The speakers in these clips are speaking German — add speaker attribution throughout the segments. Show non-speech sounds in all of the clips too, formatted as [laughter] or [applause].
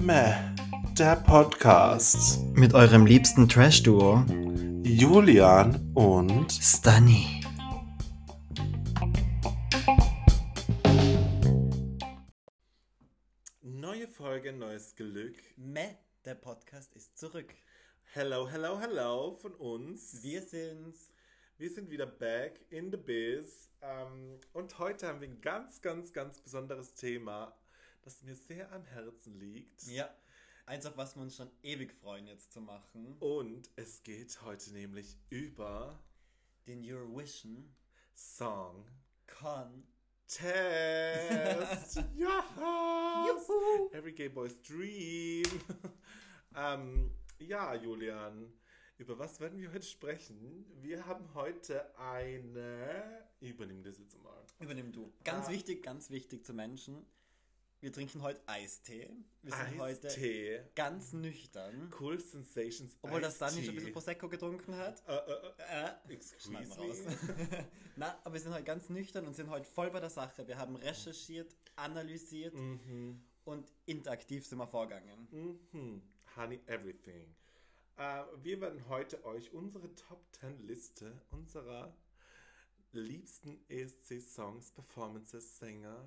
Speaker 1: Meh, der Podcast.
Speaker 2: Mit eurem liebsten Trash-Duo
Speaker 1: Julian und
Speaker 2: Stunny.
Speaker 1: neue Folge, neues Glück.
Speaker 2: Meh, der Podcast ist zurück.
Speaker 1: Hello, hello, hello von uns.
Speaker 2: Wir sind's.
Speaker 1: Wir sind wieder back in the biz. Ähm, und heute haben wir ein ganz, ganz, ganz besonderes Thema, das mir sehr am Herzen liegt.
Speaker 2: Ja. Eins, auf was wir uns schon ewig freuen, jetzt zu machen.
Speaker 1: Und es geht heute nämlich über
Speaker 2: Den Eurovision
Speaker 1: Song
Speaker 2: Con. [laughs]
Speaker 1: Test. ja. Every Gay Boy's Dream. [laughs] ähm, ja, Julian, über was werden wir heute sprechen? Wir haben heute eine. Übernimm das jetzt mal.
Speaker 2: Übernimm du. Ganz
Speaker 1: Ah.
Speaker 2: wichtig, ganz wichtig zu Menschen. Wir trinken heute Eistee. Wir sind heute
Speaker 1: Eistee.
Speaker 2: ganz nüchtern.
Speaker 1: Cool Sensations.
Speaker 2: Obwohl das Stunny
Speaker 1: Eistee.
Speaker 2: schon ein bisschen Prosecco getrunken hat.
Speaker 1: Äh, äh, äh,
Speaker 2: Äh,
Speaker 1: excuse
Speaker 2: schneiden wir
Speaker 1: me.
Speaker 2: raus. [laughs] Na, aber wir sind heute ganz nüchtern und sind heute voll bei der Sache. Wir haben recherchiert, analysiert
Speaker 1: Mhm.
Speaker 2: und interaktiv sind wir vorgegangen.
Speaker 1: Mhm. Honey, everything. Äh, wir werden heute euch unsere Top 10 Liste unserer liebsten E ESC-Songs, Performances, Sänger,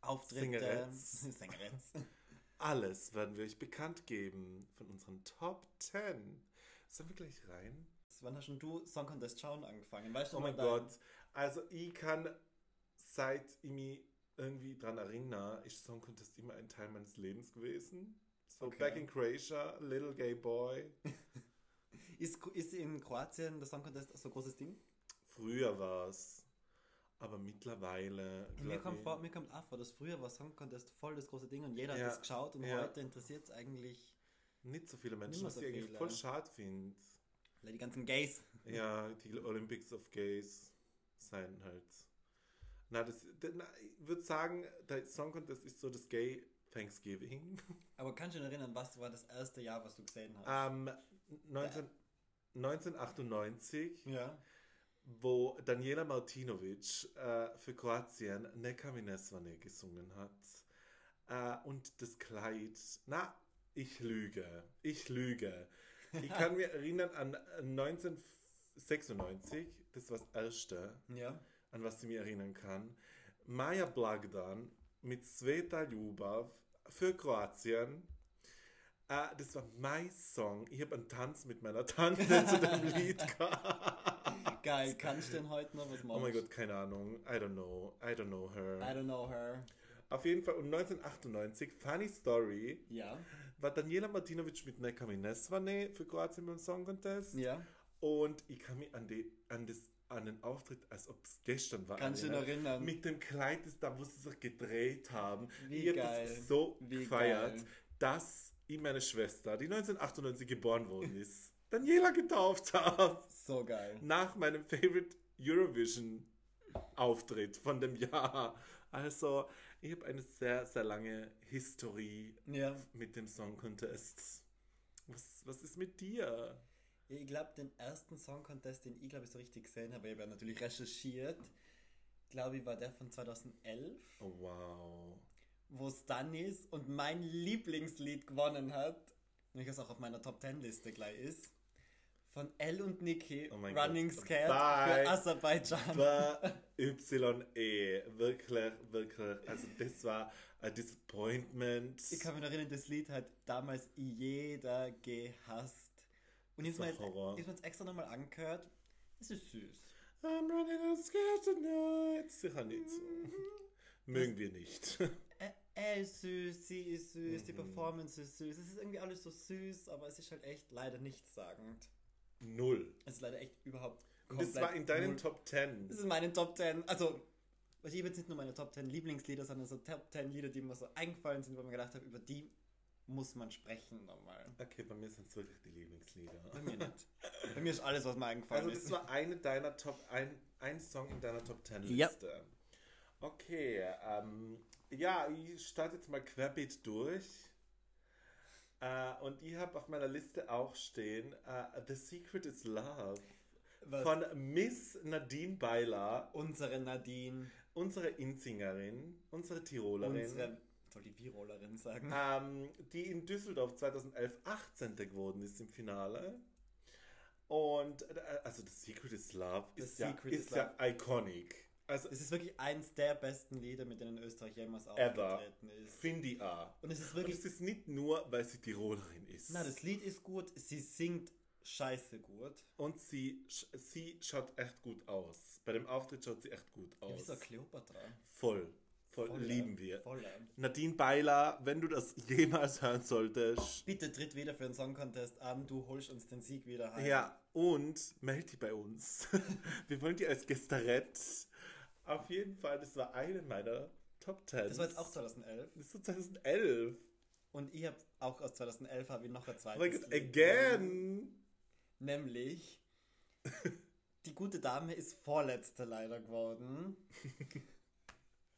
Speaker 2: Auftritte, [laughs]
Speaker 1: Sängeretz.
Speaker 2: Sängeretz.
Speaker 1: alles werden wir euch bekannt geben von unseren Top 10. Sollen wir gleich rein?
Speaker 2: Wann hast denn du Song Contest schauen angefangen? Weißt du
Speaker 1: Oh
Speaker 2: noch
Speaker 1: mein
Speaker 2: dein-
Speaker 1: Gott. Also ich kann, seit ich mich irgendwie dran erinnere, ist Song Contest immer ein Teil meines Lebens gewesen. So
Speaker 2: Okay.
Speaker 1: Back in Croatia, Little Gay Boy.
Speaker 2: Ist, ist in Kroatien der Song Contest so ein großes Ding?
Speaker 1: Früher war es. Aber mittlerweile.
Speaker 2: Mir
Speaker 1: glaub
Speaker 2: kommt,
Speaker 1: ich-
Speaker 2: vor, mir kommt auch vor, dass früher war Song Contest voll das große Ding und jeder
Speaker 1: Ja,
Speaker 2: hat das geschaut und
Speaker 1: ja.
Speaker 2: heute interessiert es eigentlich
Speaker 1: Nicht so viele
Speaker 2: Nicht
Speaker 1: Menschen,
Speaker 2: mehr
Speaker 1: was
Speaker 2: so
Speaker 1: ich eigentlich
Speaker 2: viele.
Speaker 1: voll schade
Speaker 2: [laughs]
Speaker 1: finde.
Speaker 2: die ganzen Gays.
Speaker 1: Ja, die Olympics of Gays seien halt. Na, das, d- na, ich würde sagen, der Song Contest ist so das Gay Thanksgiving.
Speaker 2: Aber kannst du dich erinnern, was war das erste Jahr, was du gesehen hast?
Speaker 1: Ähm, 19, 1998,
Speaker 2: Ja.
Speaker 1: wo Daniela Martinovic äh, für Kroatien Neka mi Nesvane gesungen hat. Äh, und das Kleid, na, ich lüge, ich lüge. Ich kann mir erinnern an 1996, das war das erste.
Speaker 2: Ja.
Speaker 1: an was ich mich erinnern kann. Maja Blagdan mit Sveta Ljubav für Kroatien. Äh, das war mein Song. Ich habe einen Tanz mit meiner Tante zu dem Lied gehabt.
Speaker 2: Geil, kannst du denn heute noch was machen?
Speaker 1: [laughs] Oh mein Gott, keine Ahnung. I don't know. I don't know her.
Speaker 2: I don't know her.
Speaker 1: Auf jeden Fall um 1998, Funny Story,
Speaker 2: Ja.
Speaker 1: war Daniela Martinovic mit Neka mi Nesvane für Kroatien beim Song Contest.
Speaker 2: Ja.
Speaker 1: Und ich kann mich an, die, an, das, an den Auftritt, als ob es gestern war,
Speaker 2: Kannst du dich erinnern?
Speaker 1: Mit dem Kleid, das da, wo sie sich gedreht haben.
Speaker 2: Wie
Speaker 1: ich hab
Speaker 2: geil.
Speaker 1: das so
Speaker 2: Wie
Speaker 1: gefeiert,
Speaker 2: geil.
Speaker 1: dass ich meine Schwester, die 1998 geboren
Speaker 2: [laughs]
Speaker 1: worden ist, Daniela getauft habe.
Speaker 2: So geil.
Speaker 1: Nach meinem Favorite Eurovision-Auftritt von dem Jahr. Also, ich habe eine sehr, sehr lange Historie
Speaker 2: Ja.
Speaker 1: mit dem Song Contest. Was, was ist mit dir?
Speaker 2: Ich glaube, den ersten Song Contest, den ich glaube ich so richtig gesehen habe, ich habe ja natürlich recherchiert, glaube ich, war der von 2011,
Speaker 1: Oh,
Speaker 2: [laughs]
Speaker 1: wow.
Speaker 2: wo Stanis und mein Lieblingslied gewonnen hat, nämlich was auch auf meiner Top 10 Liste gleich ist, von Elle und Nikki,
Speaker 1: Oh mein
Speaker 2: Running
Speaker 1: Gott.
Speaker 2: Scared
Speaker 1: Bye.
Speaker 2: für Aserbaidschan.
Speaker 1: war YE. Wirklich, wirklich. Also das war ein Disappointment.
Speaker 2: Ich kann mich noch erinnern, das Lied hat damals jeder gehasst.
Speaker 1: Das
Speaker 2: Und jetzt
Speaker 1: war
Speaker 2: mal jetzt,
Speaker 1: Horror.
Speaker 2: jetzt mal jetzt extra nochmal angehört, es ist süß.
Speaker 1: I'm running out scared tonight. Sicher nicht.
Speaker 2: Mhm.
Speaker 1: Mögen wir nicht. [laughs]
Speaker 2: Ä- Er ist Äh, süß, sie ist süß,
Speaker 1: Mhm.
Speaker 2: die Performance ist süß. Es ist irgendwie alles so süß, aber es ist halt echt leider nichtssagend.
Speaker 1: Null.
Speaker 2: Es ist leider echt überhaupt
Speaker 1: Das war in deinen
Speaker 2: null-
Speaker 1: Top Ten.
Speaker 2: Das ist in meinen Top 10. Also, was ich jetzt nicht nur meine Top 10 Lieblingslieder, sondern so Top 10 Lieder, die mir so eingefallen sind, wo ich mir gedacht habe, über die muss man sprechen nochmal.
Speaker 1: Okay, bei mir sind es wirklich die Lieblingslieder. [laughs]
Speaker 2: Bei mir nicht. Bei mir ist alles, was mir eingefallen
Speaker 1: Also das
Speaker 2: ist.
Speaker 1: war eine deiner Top, ein, ein Song in deiner Top Ten
Speaker 2: Ja.
Speaker 1: Liste. Okay, ähm, ja, ich starte jetzt mal querbeet durch. Äh, und ich habe auf meiner Liste auch stehen, äh, The Secret is Love
Speaker 2: Was?
Speaker 1: von Miss Nadine Beiler,
Speaker 2: Unsere Nadine,
Speaker 1: unsere Inzingerin, unsere Tirolerin,
Speaker 2: unsere, soll die Virolerin sagen?
Speaker 1: ähm, die in Düsseldorf 2011 18. geworden ist im Finale. Und äh, also das Secret is Love
Speaker 2: The
Speaker 1: ist, ja,
Speaker 2: Secret
Speaker 1: ist,
Speaker 2: is
Speaker 1: ja iconic. Also
Speaker 2: Es ist wirklich eins der besten Lieder, mit denen Österreich jemals
Speaker 1: Ever.
Speaker 2: aufgetreten ist.
Speaker 1: finde ich auch.
Speaker 2: Und es ist
Speaker 1: Und
Speaker 2: wirklich
Speaker 1: es ist nicht nur, weil sie Tirolerin ist.
Speaker 2: Na, das Lied ist gut, sie singt scheiße gut.
Speaker 1: Und sie, sch- sie schaut echt gut aus. Bei dem Auftritt schaut sie echt gut
Speaker 2: Ja, wie
Speaker 1: aus.
Speaker 2: so Kleopatra.
Speaker 1: voll, voll.
Speaker 2: Voll,
Speaker 1: lieben
Speaker 2: ja.
Speaker 1: wir.
Speaker 2: Voll.
Speaker 1: Nadine Beiler, wenn du das [laughs] jemals hören solltest.
Speaker 2: Bitte tritt wieder für den Song Contest an, du holst uns den Sieg wieder heim.
Speaker 1: Ja, und melde dich bei uns. [laughs] wir wollen dich als Gesterett. Auf jeden Fall, das war eine meiner Top 10.
Speaker 2: Das war jetzt auch 2011
Speaker 1: Das war 2011.
Speaker 2: und ich habe auch aus 2011 habe ich noch ein
Speaker 1: Oh
Speaker 2: zweites
Speaker 1: mein Gott,
Speaker 2: Lied.
Speaker 1: again. [laughs]
Speaker 2: Nämlich Die gute Dame ist vorletzte leider geworden.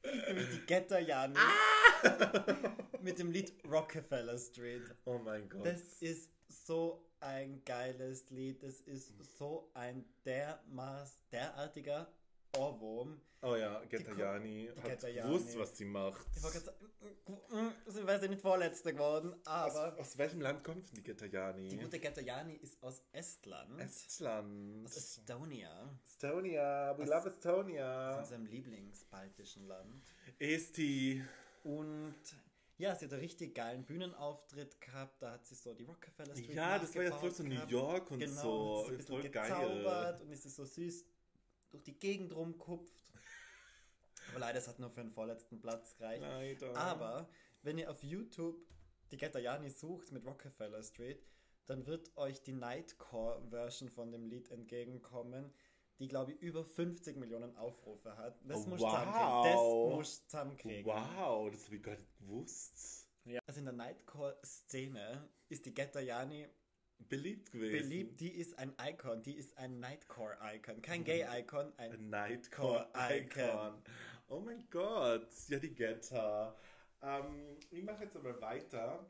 Speaker 2: Nämlich die Getter Jani
Speaker 1: Ah!
Speaker 2: mit dem Lied Rockefeller Street.
Speaker 1: Oh mein Gott.
Speaker 2: Das ist so ein geiles Lied. Das ist so ein dermaß derartiger Ohrwurm.
Speaker 1: oh ja,
Speaker 2: Ko-
Speaker 1: Gettajani
Speaker 2: die
Speaker 1: hat
Speaker 2: Gettajani.
Speaker 1: gewusst, was sie macht.
Speaker 2: Ich wollte gerade sagen, sie weiß ja nicht vorletzter geworden,
Speaker 1: aus,
Speaker 2: aber
Speaker 1: aus welchem Land kommt denn die Gettajani?
Speaker 2: die gute Gatajani ist aus Estland.
Speaker 1: Estland.
Speaker 2: aus Estonia.
Speaker 1: Estonia. We
Speaker 2: Aus-
Speaker 1: love
Speaker 2: Aus
Speaker 1: Estonia.
Speaker 2: unserem Lieblingsbaltischen Land.
Speaker 1: Esti.
Speaker 2: Und ja, sie hat einen richtig geilen Bühnenauftritt gehabt. Da hat sie so die Rockefeller Street
Speaker 1: Ja, das war ja voll
Speaker 2: nachgebaut
Speaker 1: so New
Speaker 2: gehabt.
Speaker 1: York und
Speaker 2: Genau,
Speaker 1: so.
Speaker 2: und ist ein
Speaker 1: Voll
Speaker 2: bisschen gezaubert
Speaker 1: geil.
Speaker 2: und es ist so süß durch die Gegend rumkupft. Aber leider, es hat nur für den vorletzten Platz gereicht.
Speaker 1: Leider.
Speaker 2: Aber wenn ihr auf YouTube die Gattaiani sucht mit Rockefeller Street, dann wird euch die Nightcore-Version von dem Lied entgegenkommen, die, glaube ich, über 50 Millionen Aufrufe hat. Das
Speaker 1: Oh,
Speaker 2: musst du
Speaker 1: wow.
Speaker 2: zusammenkriegen. Das musst du zusammenkriegen.
Speaker 1: Wow, das habe ich gar nicht gewusst.
Speaker 2: Also in der Nightcore-Szene ist die Gattaiani
Speaker 1: Beliebt gewesen.
Speaker 2: beliebt, die ist ein Icon, die ist ein Nightcore-Icon.
Speaker 1: Mhm.
Speaker 2: Kein Gay-Icon,
Speaker 1: A
Speaker 2: ein
Speaker 1: Nightcore Icon.
Speaker 2: Icon.
Speaker 1: Oh mein Gott. Ja, die Getter. Ähm, ich mache jetzt einmal weiter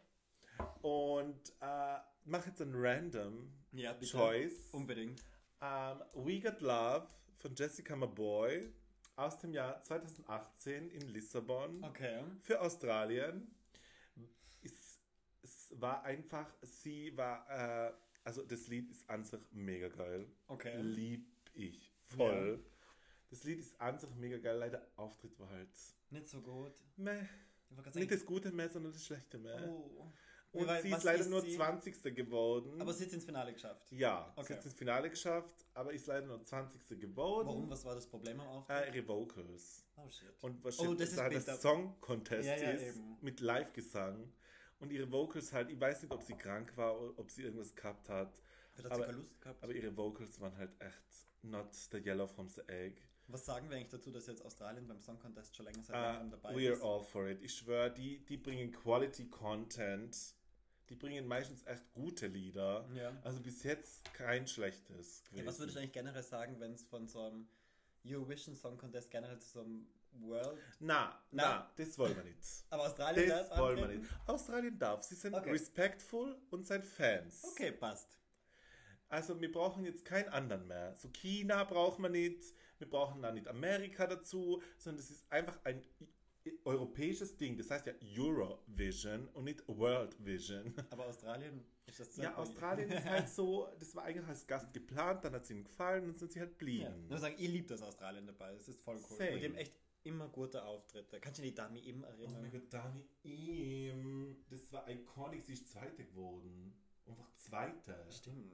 Speaker 1: und äh, mache jetzt ein Random
Speaker 2: ja, bitte.
Speaker 1: Choice.
Speaker 2: Unbedingt.
Speaker 1: Ähm, We Got Love von Jessica Maboy aus dem Jahr 2018 in Lissabon
Speaker 2: Okay.
Speaker 1: für Australien. Es, es war einfach, sie war, äh, also das Lied ist an sich mega geil.
Speaker 2: Okay.
Speaker 1: Lieb ich voll. Das Lied ist an sich mega geil, leider Auftritt war halt
Speaker 2: Nicht so gut.
Speaker 1: meh.
Speaker 2: Ich wollte
Speaker 1: Nicht
Speaker 2: gerade
Speaker 1: das Gute mehr, sondern das Schlechte mehr.
Speaker 2: sagen, oh.
Speaker 1: Und
Speaker 2: Weil,
Speaker 1: sie
Speaker 2: was
Speaker 1: ist leider
Speaker 2: ist
Speaker 1: nur
Speaker 2: sie?
Speaker 1: 20. geworden.
Speaker 2: Aber sie hat ins Finale geschafft.
Speaker 1: Ja,
Speaker 2: Okay.
Speaker 1: sie hat es ins Finale geschafft, aber ist leider nur 20. geworden.
Speaker 2: Warum? Was war das Problem am
Speaker 1: Äh,
Speaker 2: Auftritt?
Speaker 1: ihre Vocals.
Speaker 2: oh shit.
Speaker 1: Und wahrscheinlich
Speaker 2: das ist
Speaker 1: da das
Speaker 2: bitter.
Speaker 1: Song-Contest
Speaker 2: Ja, ja,
Speaker 1: ist
Speaker 2: eben.
Speaker 1: mit Live-Gesang. Und ihre Vocals halt, ich weiß nicht, ob sie krank war oder ob sie irgendwas gehabt hat,
Speaker 2: Vielleicht hat
Speaker 1: aber-
Speaker 2: sie keine Lust gehabt.
Speaker 1: aber ihre Vocals waren halt echt not the yellow from the egg.
Speaker 2: Was sagen wir eigentlich dazu, dass jetzt Australien beim Song Contest schon länger seit
Speaker 1: Uh,
Speaker 2: längerem dabei
Speaker 1: we are
Speaker 2: ist?
Speaker 1: all for it. Ich schwöre, die, die bringen Quality Content. Die bringen meistens echt gute Lieder.
Speaker 2: Ja.
Speaker 1: Also bis jetzt kein schlechtes.
Speaker 2: Ey, Mhm. was würdest
Speaker 1: gewesen.
Speaker 2: du eigentlich generell sagen, wenn es von so einem Eurovision Song Contest generell zu so einem World...
Speaker 1: Na, na,
Speaker 2: Na?
Speaker 1: das wollen wir nicht.
Speaker 2: Aber Australien
Speaker 1: Das
Speaker 2: darf
Speaker 1: wollen wir
Speaker 2: antreten?
Speaker 1: nicht. Australien darf. Sie sind
Speaker 2: Okay.
Speaker 1: respectful und sind Fans.
Speaker 2: Okay, passt.
Speaker 1: Also wir brauchen jetzt keinen anderen mehr. So China braucht man nicht. Wir brauchen da nicht Amerika dazu, sondern es ist einfach ein i- i- europäisches Ding. Das heißt ja Eurovision und nicht World Vision.
Speaker 2: Aber Australien ist das
Speaker 1: Ja, Australien ist [laughs]
Speaker 2: [laughs]
Speaker 1: halt so, das war eigentlich als Gast geplant, dann hat es ihnen gefallen und sind sie halt
Speaker 2: Ja.
Speaker 1: blieben.
Speaker 2: Ich muss sagen, ihr liebt das Australien dabei. Das ist voll cool.
Speaker 1: Same.
Speaker 2: Und die haben echt immer gute Auftritte. Kannst du dich an die Dami eben
Speaker 1: Oh mein
Speaker 2: erinnern?
Speaker 1: Gott, Dani ihm. Das war iconic, sie ist Zweite geworden. Einfach Zweite.
Speaker 2: Stimmt.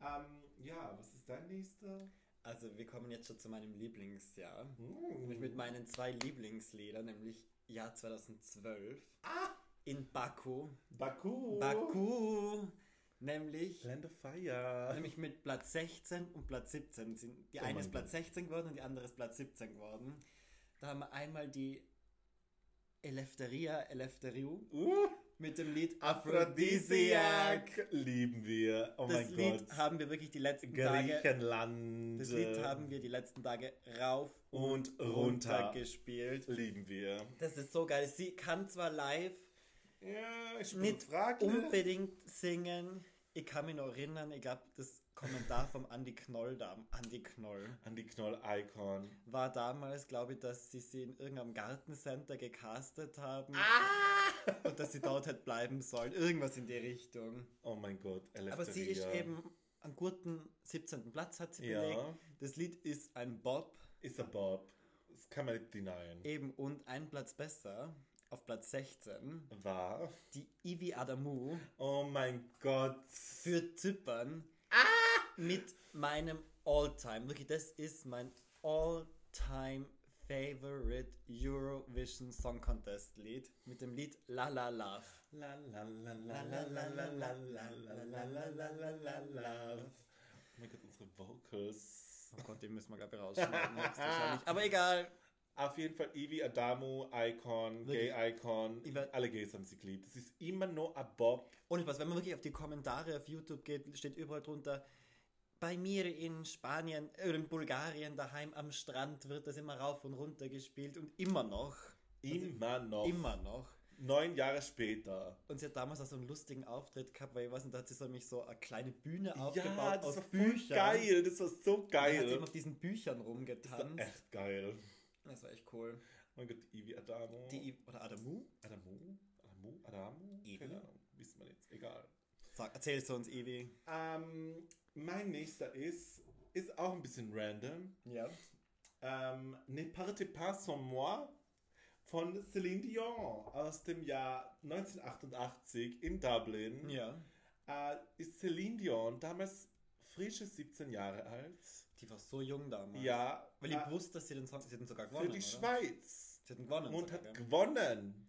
Speaker 1: Ähm, ja, was ist dein nächster?
Speaker 2: Also wir kommen jetzt schon zu meinem Lieblingsjahr. Nämlich mit
Speaker 1: Hm.
Speaker 2: meinen zwei Lieblingsliedern, nämlich Jahr 2012
Speaker 1: Ah!
Speaker 2: in Baku.
Speaker 1: Baku.
Speaker 2: Baku! Nämlich,
Speaker 1: Land of Fire.
Speaker 2: Also nämlich mit Platz 16 und Platz 17. Sind, die
Speaker 1: Oh
Speaker 2: eine
Speaker 1: mein
Speaker 2: ist Platz 16 geworden und die andere ist Platz 17 geworden. Da haben wir einmal die Eleftheria Eleftheriu
Speaker 1: Uh,
Speaker 2: mit dem Lied Aphrodisiac.
Speaker 1: Aphrodisiac. Lieben wir. Oh
Speaker 2: das
Speaker 1: mein
Speaker 2: Lied
Speaker 1: Gott.
Speaker 2: haben wir wirklich die letzten Tage.
Speaker 1: Griechenland.
Speaker 2: Das Lied haben wir die letzten Tage rauf
Speaker 1: Und runter.
Speaker 2: gespielt.
Speaker 1: Lieben wir.
Speaker 2: Das ist so geil. Sie kann zwar live
Speaker 1: Ja, ich bin
Speaker 2: nicht
Speaker 1: fraglich.
Speaker 2: unbedingt singen. Ich kann mich noch erinnern, ich glaube, das Kommentar vom Andy Knoll da, Andy Knoll,
Speaker 1: An die Knoll-Icon.
Speaker 2: war damals, glaube ich, dass sie sie in irgendeinem Gartencenter gecastet haben [laughs] und dass sie dort hätte bleiben sollen. Irgendwas in die Richtung.
Speaker 1: Oh mein Gott, Eleftheria.
Speaker 2: Aber sie ist eben am guten 17. Platz, hat sie belegt.
Speaker 1: Ja,
Speaker 2: Das Lied ist ein Bob,
Speaker 1: ist a Bob. Das kann man nicht denyen.
Speaker 2: eben und ein Platz besser, auf Platz 16,
Speaker 1: War.
Speaker 2: die Ivi Adamu
Speaker 1: Oh mein Gott. Oh
Speaker 2: für Zypern mit meinem All-Time. Wirklich, das ist mein All-Time Favorite Eurovision Song Contest Lied mit dem Lied La La Love.
Speaker 1: La la la la la la la la la la la la la la la la. Oh mein Gott, unsere Vocals.
Speaker 2: Oh Gott, den müssen wir glaube ich rausschneiden. höchstwahrscheinlich. Aber egal.
Speaker 1: Auf jeden Fall Evie Adamu, Icon,
Speaker 2: Wirklich?
Speaker 1: Gay Icon.
Speaker 2: Ich werd-
Speaker 1: Alle Gays haben sie geliebt. Es ist immer noch a Bob.
Speaker 2: Ohne Spaß, wenn man wirklich auf die Kommentare auf YouTube geht, steht überall drunter. Bei mir in Spanien oder in Bulgarien daheim am Strand wird das immer rauf und runter gespielt und immer noch,
Speaker 1: Immer noch.
Speaker 2: Also immer noch.
Speaker 1: Neun Jahre später.
Speaker 2: Und sie hat damals auch so einen lustigen Auftritt gehabt, weil ich weiß nicht, da hat sie so nämlich so eine kleine Bühne aufgebaut
Speaker 1: Ja, das
Speaker 2: aus
Speaker 1: war voll
Speaker 2: Büchern.
Speaker 1: geil. Das war so
Speaker 2: Dann hat sie
Speaker 1: geil.
Speaker 2: immer auf diesen Büchern
Speaker 1: Das war
Speaker 2: rumgetanzt.
Speaker 1: echt geil. Oh
Speaker 2: Das war echt cool.
Speaker 1: Mein Gott, Evie Adamo.
Speaker 2: Die, I- oder Adamu?
Speaker 1: Adamu? Adamu? Adamu?
Speaker 2: Evie?
Speaker 1: Keine Ahnung. Wissen wir jetzt. Egal.
Speaker 2: Sag, erzählst du uns, Evi?
Speaker 1: Ähm, mein nächster ist, ist auch ein bisschen random.
Speaker 2: Ja.
Speaker 1: Ähm, Ne partez pas sans moi von Céline Dion aus dem Jahr 1988 in Dublin.
Speaker 2: Ja.
Speaker 1: Äh, ist Celine Dion damals frische 17 Jahre alt?
Speaker 2: Die war so jung damals.
Speaker 1: Ja.
Speaker 2: Weil ich
Speaker 1: äh,
Speaker 2: wusste, dass sie den Song, sie hat ihn sogar
Speaker 1: für
Speaker 2: gewonnen,
Speaker 1: die
Speaker 2: oder?
Speaker 1: Schweiz.
Speaker 2: Sie hat ihn gewonnen.
Speaker 1: Und
Speaker 2: sogar,
Speaker 1: hat
Speaker 2: gell?
Speaker 1: gewonnen.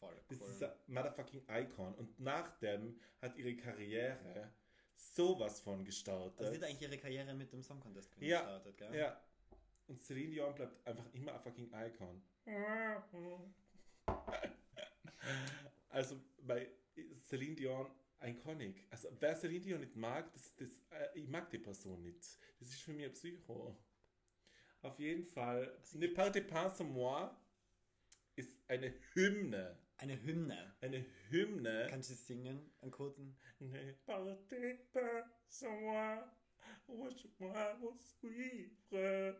Speaker 2: Voll
Speaker 1: Das ist
Speaker 2: cool. Also
Speaker 1: ein motherfucking Icon. Und nach dem hat ihre Karriere sowas von gestartet.
Speaker 2: Also sie hat eigentlich ihre Karriere mit dem Song Contest
Speaker 1: Ja.
Speaker 2: gestartet, gell?
Speaker 1: ja. Und Celine Dion bleibt einfach immer ein fucking Icon. Also bei Celine Dion iconic. Also wer Celine Dion nicht mag, das, das, äh, ich mag die Person nicht. Das ist für mich ein Psycho. Auf jeden Fall. Ne Party Pas à moi ist eine Hymne.
Speaker 2: Eine Hymne.
Speaker 1: Eine Hymne.
Speaker 2: Kannst du sie singen? Einen kurzen?
Speaker 1: Ne partez pas sans moi, moi vous suivre.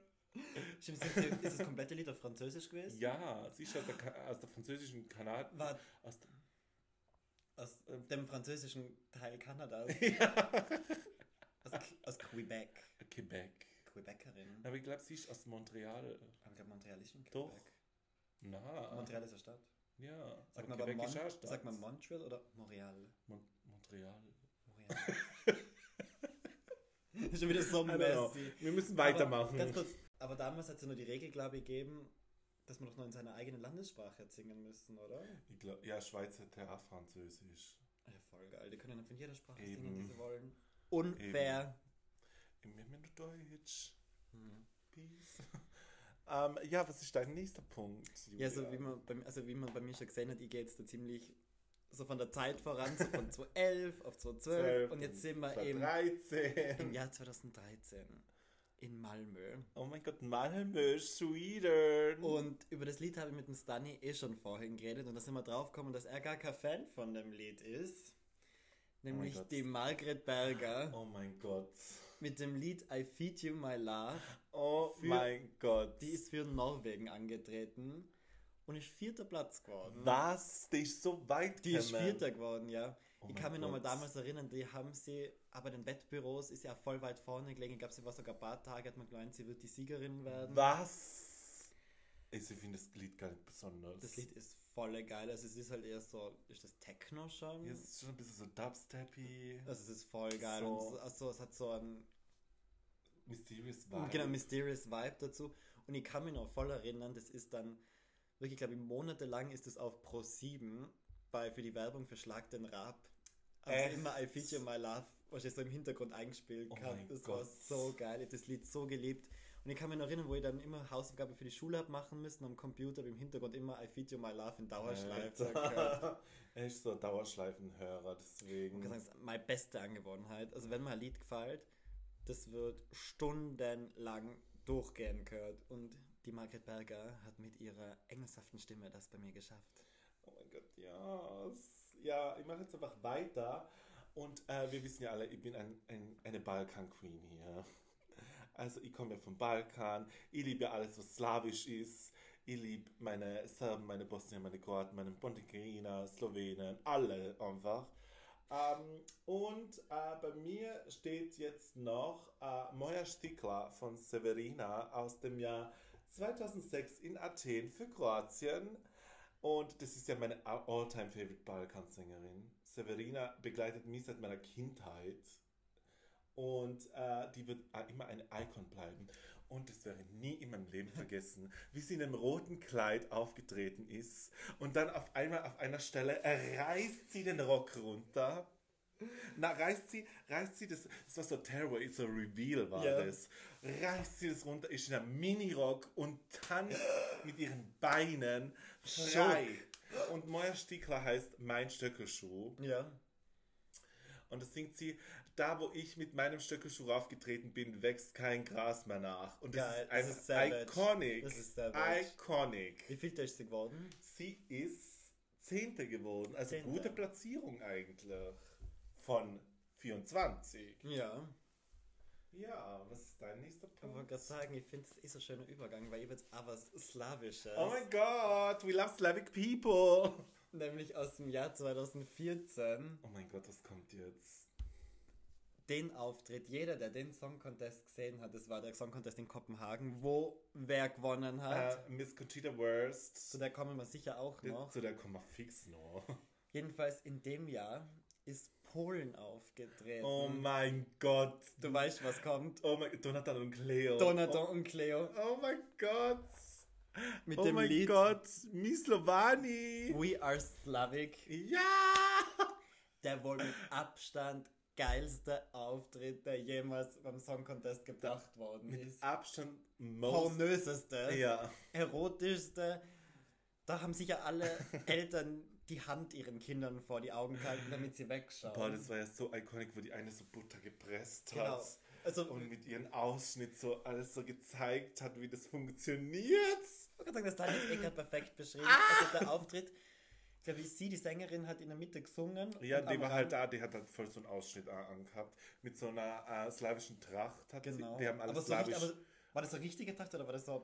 Speaker 2: Stimmt, ist das- ist das komplette Lied auf Französisch gewesen?
Speaker 1: Ja, sie ist aus der, Ka- aus der französischen Kanada.
Speaker 2: War
Speaker 1: Aus der, [laughs]
Speaker 2: aus äh, dem französischen Teil Kanadas.
Speaker 1: [laughs]
Speaker 2: Aus, aus Quebec.
Speaker 1: Quebec.
Speaker 2: Quebecerin.
Speaker 1: Aber ich glaube, sie ist aus Montreal.
Speaker 2: Aber ich glaube, Montreal ist in
Speaker 1: Doch.
Speaker 2: Quebec.
Speaker 1: Na.
Speaker 2: Montreal ist eine Stadt.
Speaker 1: Ja.
Speaker 2: Sagt
Speaker 1: aber Also
Speaker 2: man, aber
Speaker 1: Quebec
Speaker 2: Mon
Speaker 1: ist auch eine Stadt.
Speaker 2: sagt man Montreal oder Montreal?
Speaker 1: Mon Montreal. [laughs]
Speaker 2: Montreal. Schon wieder so
Speaker 1: I don't know.
Speaker 2: messy.
Speaker 1: Wir müssen
Speaker 2: Aber,
Speaker 1: Also, weitermachen.
Speaker 2: ganz kurz, aber damals hat es ja nur die Regel, glaube ich, gegeben, dass man doch noch in seiner eigenen Landessprache hat singen müssen, oder?
Speaker 1: ich glaub, ja, Schweiz hat ja auch Französisch.
Speaker 2: Ja, voll geil. Die können ja von jeder Sprache singen,
Speaker 1: Eben.
Speaker 2: die sie wollen. Unfair.
Speaker 1: Im Moment Deutsch.
Speaker 2: Hm.
Speaker 1: Peace. [laughs] Ähm, ja, was ist dein nächster Punkt?
Speaker 2: Ja, so
Speaker 1: Julia?
Speaker 2: wie man, bei, also wie man bei mir schon gesehen hat, ich gehe jetzt da ziemlich so von der Zeit voran,
Speaker 1: [laughs]
Speaker 2: so von 2011 auf 2012 und jetzt sind wir im,
Speaker 1: 13.
Speaker 2: im Jahr 2013 in Malmö.
Speaker 1: Oh mein Gott, Malmö, Sweden.
Speaker 2: Und über das Lied habe ich mit dem Stunny eh schon vorhin geredet und da sind wir draufgekommen, dass er gar kein Fan von dem Lied ist. Nämlich
Speaker 1: Oh Gott.
Speaker 2: die Margret Berger
Speaker 1: oh mein Gott.
Speaker 2: mit dem Lied I Feed You My Love.
Speaker 1: Oh
Speaker 2: Für-
Speaker 1: mein Gott.
Speaker 2: Die ist für Norwegen angetreten und ist vierter Platz geworden.
Speaker 1: Was? Die ist so weit
Speaker 2: Die ist
Speaker 1: gekommen.
Speaker 2: Vierter geworden, ja.
Speaker 1: Oh
Speaker 2: ich
Speaker 1: mein
Speaker 2: kann mich nochmal
Speaker 1: Gott.
Speaker 2: damals erinnern, die haben sie, aber den Wettbüros ist ja voll weit vorne gelegen. Ich glaube, sie war sogar ein paar Tage, hat man gemeint, sie wird die Siegerin werden.
Speaker 1: Was? Also ich finde das Lied gar nicht besonders.
Speaker 2: Das Lied ist voll geil. Also es ist halt eher so, ist das Techno schon?
Speaker 1: Ja, es ist schon ein bisschen so dubsteppy,
Speaker 2: Also es ist voll geil.
Speaker 1: So.
Speaker 2: Und es, also es hat so einen
Speaker 1: mysterious vibe.
Speaker 2: genau, mysterious Vibe dazu. Und ich kann mich noch voll erinnern, das ist dann wirklich, glaube ich, monatelang ist es auf Pro 7 bei, für die Werbung für Schlag den Rab. Haben
Speaker 1: Echt?
Speaker 2: sie immer I Feature My Love, was ich so im Hintergrund eingespielt
Speaker 1: Oh
Speaker 2: gehabt.
Speaker 1: mein
Speaker 2: Das war
Speaker 1: Gott.
Speaker 2: so geil. Ich habe das Lied so geliebt. Und ich kann mich noch erinnern, wo ich dann immer Hausaufgabe für die Schule hab machen müssen, am Computer hab ich im Hintergrund immer I Feature My Love in Dauerschleife. gehört.
Speaker 1: Alter. [laughs] Er ist so ein Dauerschleifenhörer, deswegen.
Speaker 2: Ich kann sagen, es ist meine beste Angewohnheit. Also wenn mir ein Lied gefällt, das wird stundenlang durchgehend gehört. Und die Margret Berger hat mit ihrer engelshaften Stimme das bei mir geschafft.
Speaker 1: Oh mein Gott, ja. Ja, ich mache jetzt einfach weiter. Und äh, wir wissen ja alle, ich bin ein, ein, eine Balkan-Queen hier. Also ich komme ja vom Balkan, ich liebe alles, was slawisch ist. Ich liebe meine Serben, meine Bosnier, meine Kroaten, meine Montenegriner, Slowenen, alle einfach. Ähm, und äh, bei mir steht jetzt noch äh, Moja Stikla von Severina aus dem Jahr 2006 in Athen für Kroatien. Und das ist ja meine all-time-favorite Balkansängerin. Severina begleitet mich seit meiner Kindheit. Und äh, die wird äh, immer ein Icon bleiben. Und das werde ich nie in meinem Leben vergessen, wie sie in einem roten Kleid aufgetreten ist. Und dann auf einmal auf einer Stelle reißt sie den Rock runter. Na, reißt sie, reißt sie das, das war so Terror, it's a Reveal war
Speaker 2: Ja.
Speaker 1: das. Reißt sie das runter, ist in einem Minirock und tanzt mit ihren Beinen frei. Und Moja Stiegler heißt Mein Stöckelschuh.
Speaker 2: Ja.
Speaker 1: Und das singt sie, da wo ich mit meinem Stöckelschuh raufgetreten bin, wächst kein Gras mehr nach. Und das
Speaker 2: Geil,
Speaker 1: ist
Speaker 2: das
Speaker 1: einfach
Speaker 2: ist savage.
Speaker 1: iconic.
Speaker 2: Das ist savage.
Speaker 1: Iconic.
Speaker 2: Wie viel ist sie geworden?
Speaker 1: Sie ist Zehnte geworden. Also
Speaker 2: Zehnte.
Speaker 1: gute Platzierung eigentlich. Von 24.
Speaker 2: Ja.
Speaker 1: Ja, was ist dein nächster
Speaker 2: Ich wollte
Speaker 1: Punkt?
Speaker 2: gerade sagen, ich finde, das ist ein schöner Übergang, weil ihr wird auch was Slawisches.
Speaker 1: Oh mein Gott, we love Slavic
Speaker 2: [laughs]
Speaker 1: people.
Speaker 2: Nämlich aus dem Jahr 2014.
Speaker 1: Oh mein Gott, was kommt jetzt?
Speaker 2: Den Auftritt, jeder, der den Song Contest gesehen hat, das war der Song Contest in Kopenhagen, wo wer gewonnen hat.
Speaker 1: Äh, Miss Conchita Wurst.
Speaker 2: Zu der kommen wir sicher auch noch.
Speaker 1: Äh, Zu der kommen wir fix noch. [laughs]
Speaker 2: Jedenfalls in dem Jahr ist Polen aufgetreten.
Speaker 1: Oh mein Gott.
Speaker 2: du weißt, was kommt.
Speaker 1: Oh mein Donatan und Cleo.
Speaker 2: Donaton und Cleo
Speaker 1: Oh, oh mein Gott.
Speaker 2: mit
Speaker 1: oh
Speaker 2: dem
Speaker 1: mein
Speaker 2: Lied
Speaker 1: Gott. Miss Lovani.
Speaker 2: We Are Slavic.
Speaker 1: Ja.
Speaker 2: Der wohl mit Abstand geilste Auftritt, der jemals beim Song Contest gebracht worden
Speaker 1: Mit
Speaker 2: ist.
Speaker 1: Abstand most.
Speaker 2: Pornöseste,
Speaker 1: Ja.
Speaker 2: erotischste. Da haben sicher alle [laughs] Eltern die Hand ihren Kindern vor die Augen gehalten, damit sie wegschauen.
Speaker 1: Boah, das war ja so iconic, wo die eine so Butter gepresst
Speaker 2: Genau.
Speaker 1: hat.
Speaker 2: Also,
Speaker 1: Und mit ihrem Ausschnitt so alles so gezeigt hat, wie das funktioniert.
Speaker 2: Ich würde sagen, das Teil ist eh
Speaker 1: Ah.
Speaker 2: gerade perfekt beschrieben. Also der Auftritt, glaube ich, sie, die Sängerin, hat in der Mitte gesungen.
Speaker 1: Ja,
Speaker 2: und
Speaker 1: die
Speaker 2: am
Speaker 1: war halt
Speaker 2: Rand-
Speaker 1: da, die hat halt voll so einen Ausschnitt a- angehabt. Mit so einer äh, slawischen Tracht hat
Speaker 2: Genau.
Speaker 1: sie. Die haben alles
Speaker 2: aber so
Speaker 1: slawisch.
Speaker 2: richtig, aber war das eine richtige Tracht oder war das so eine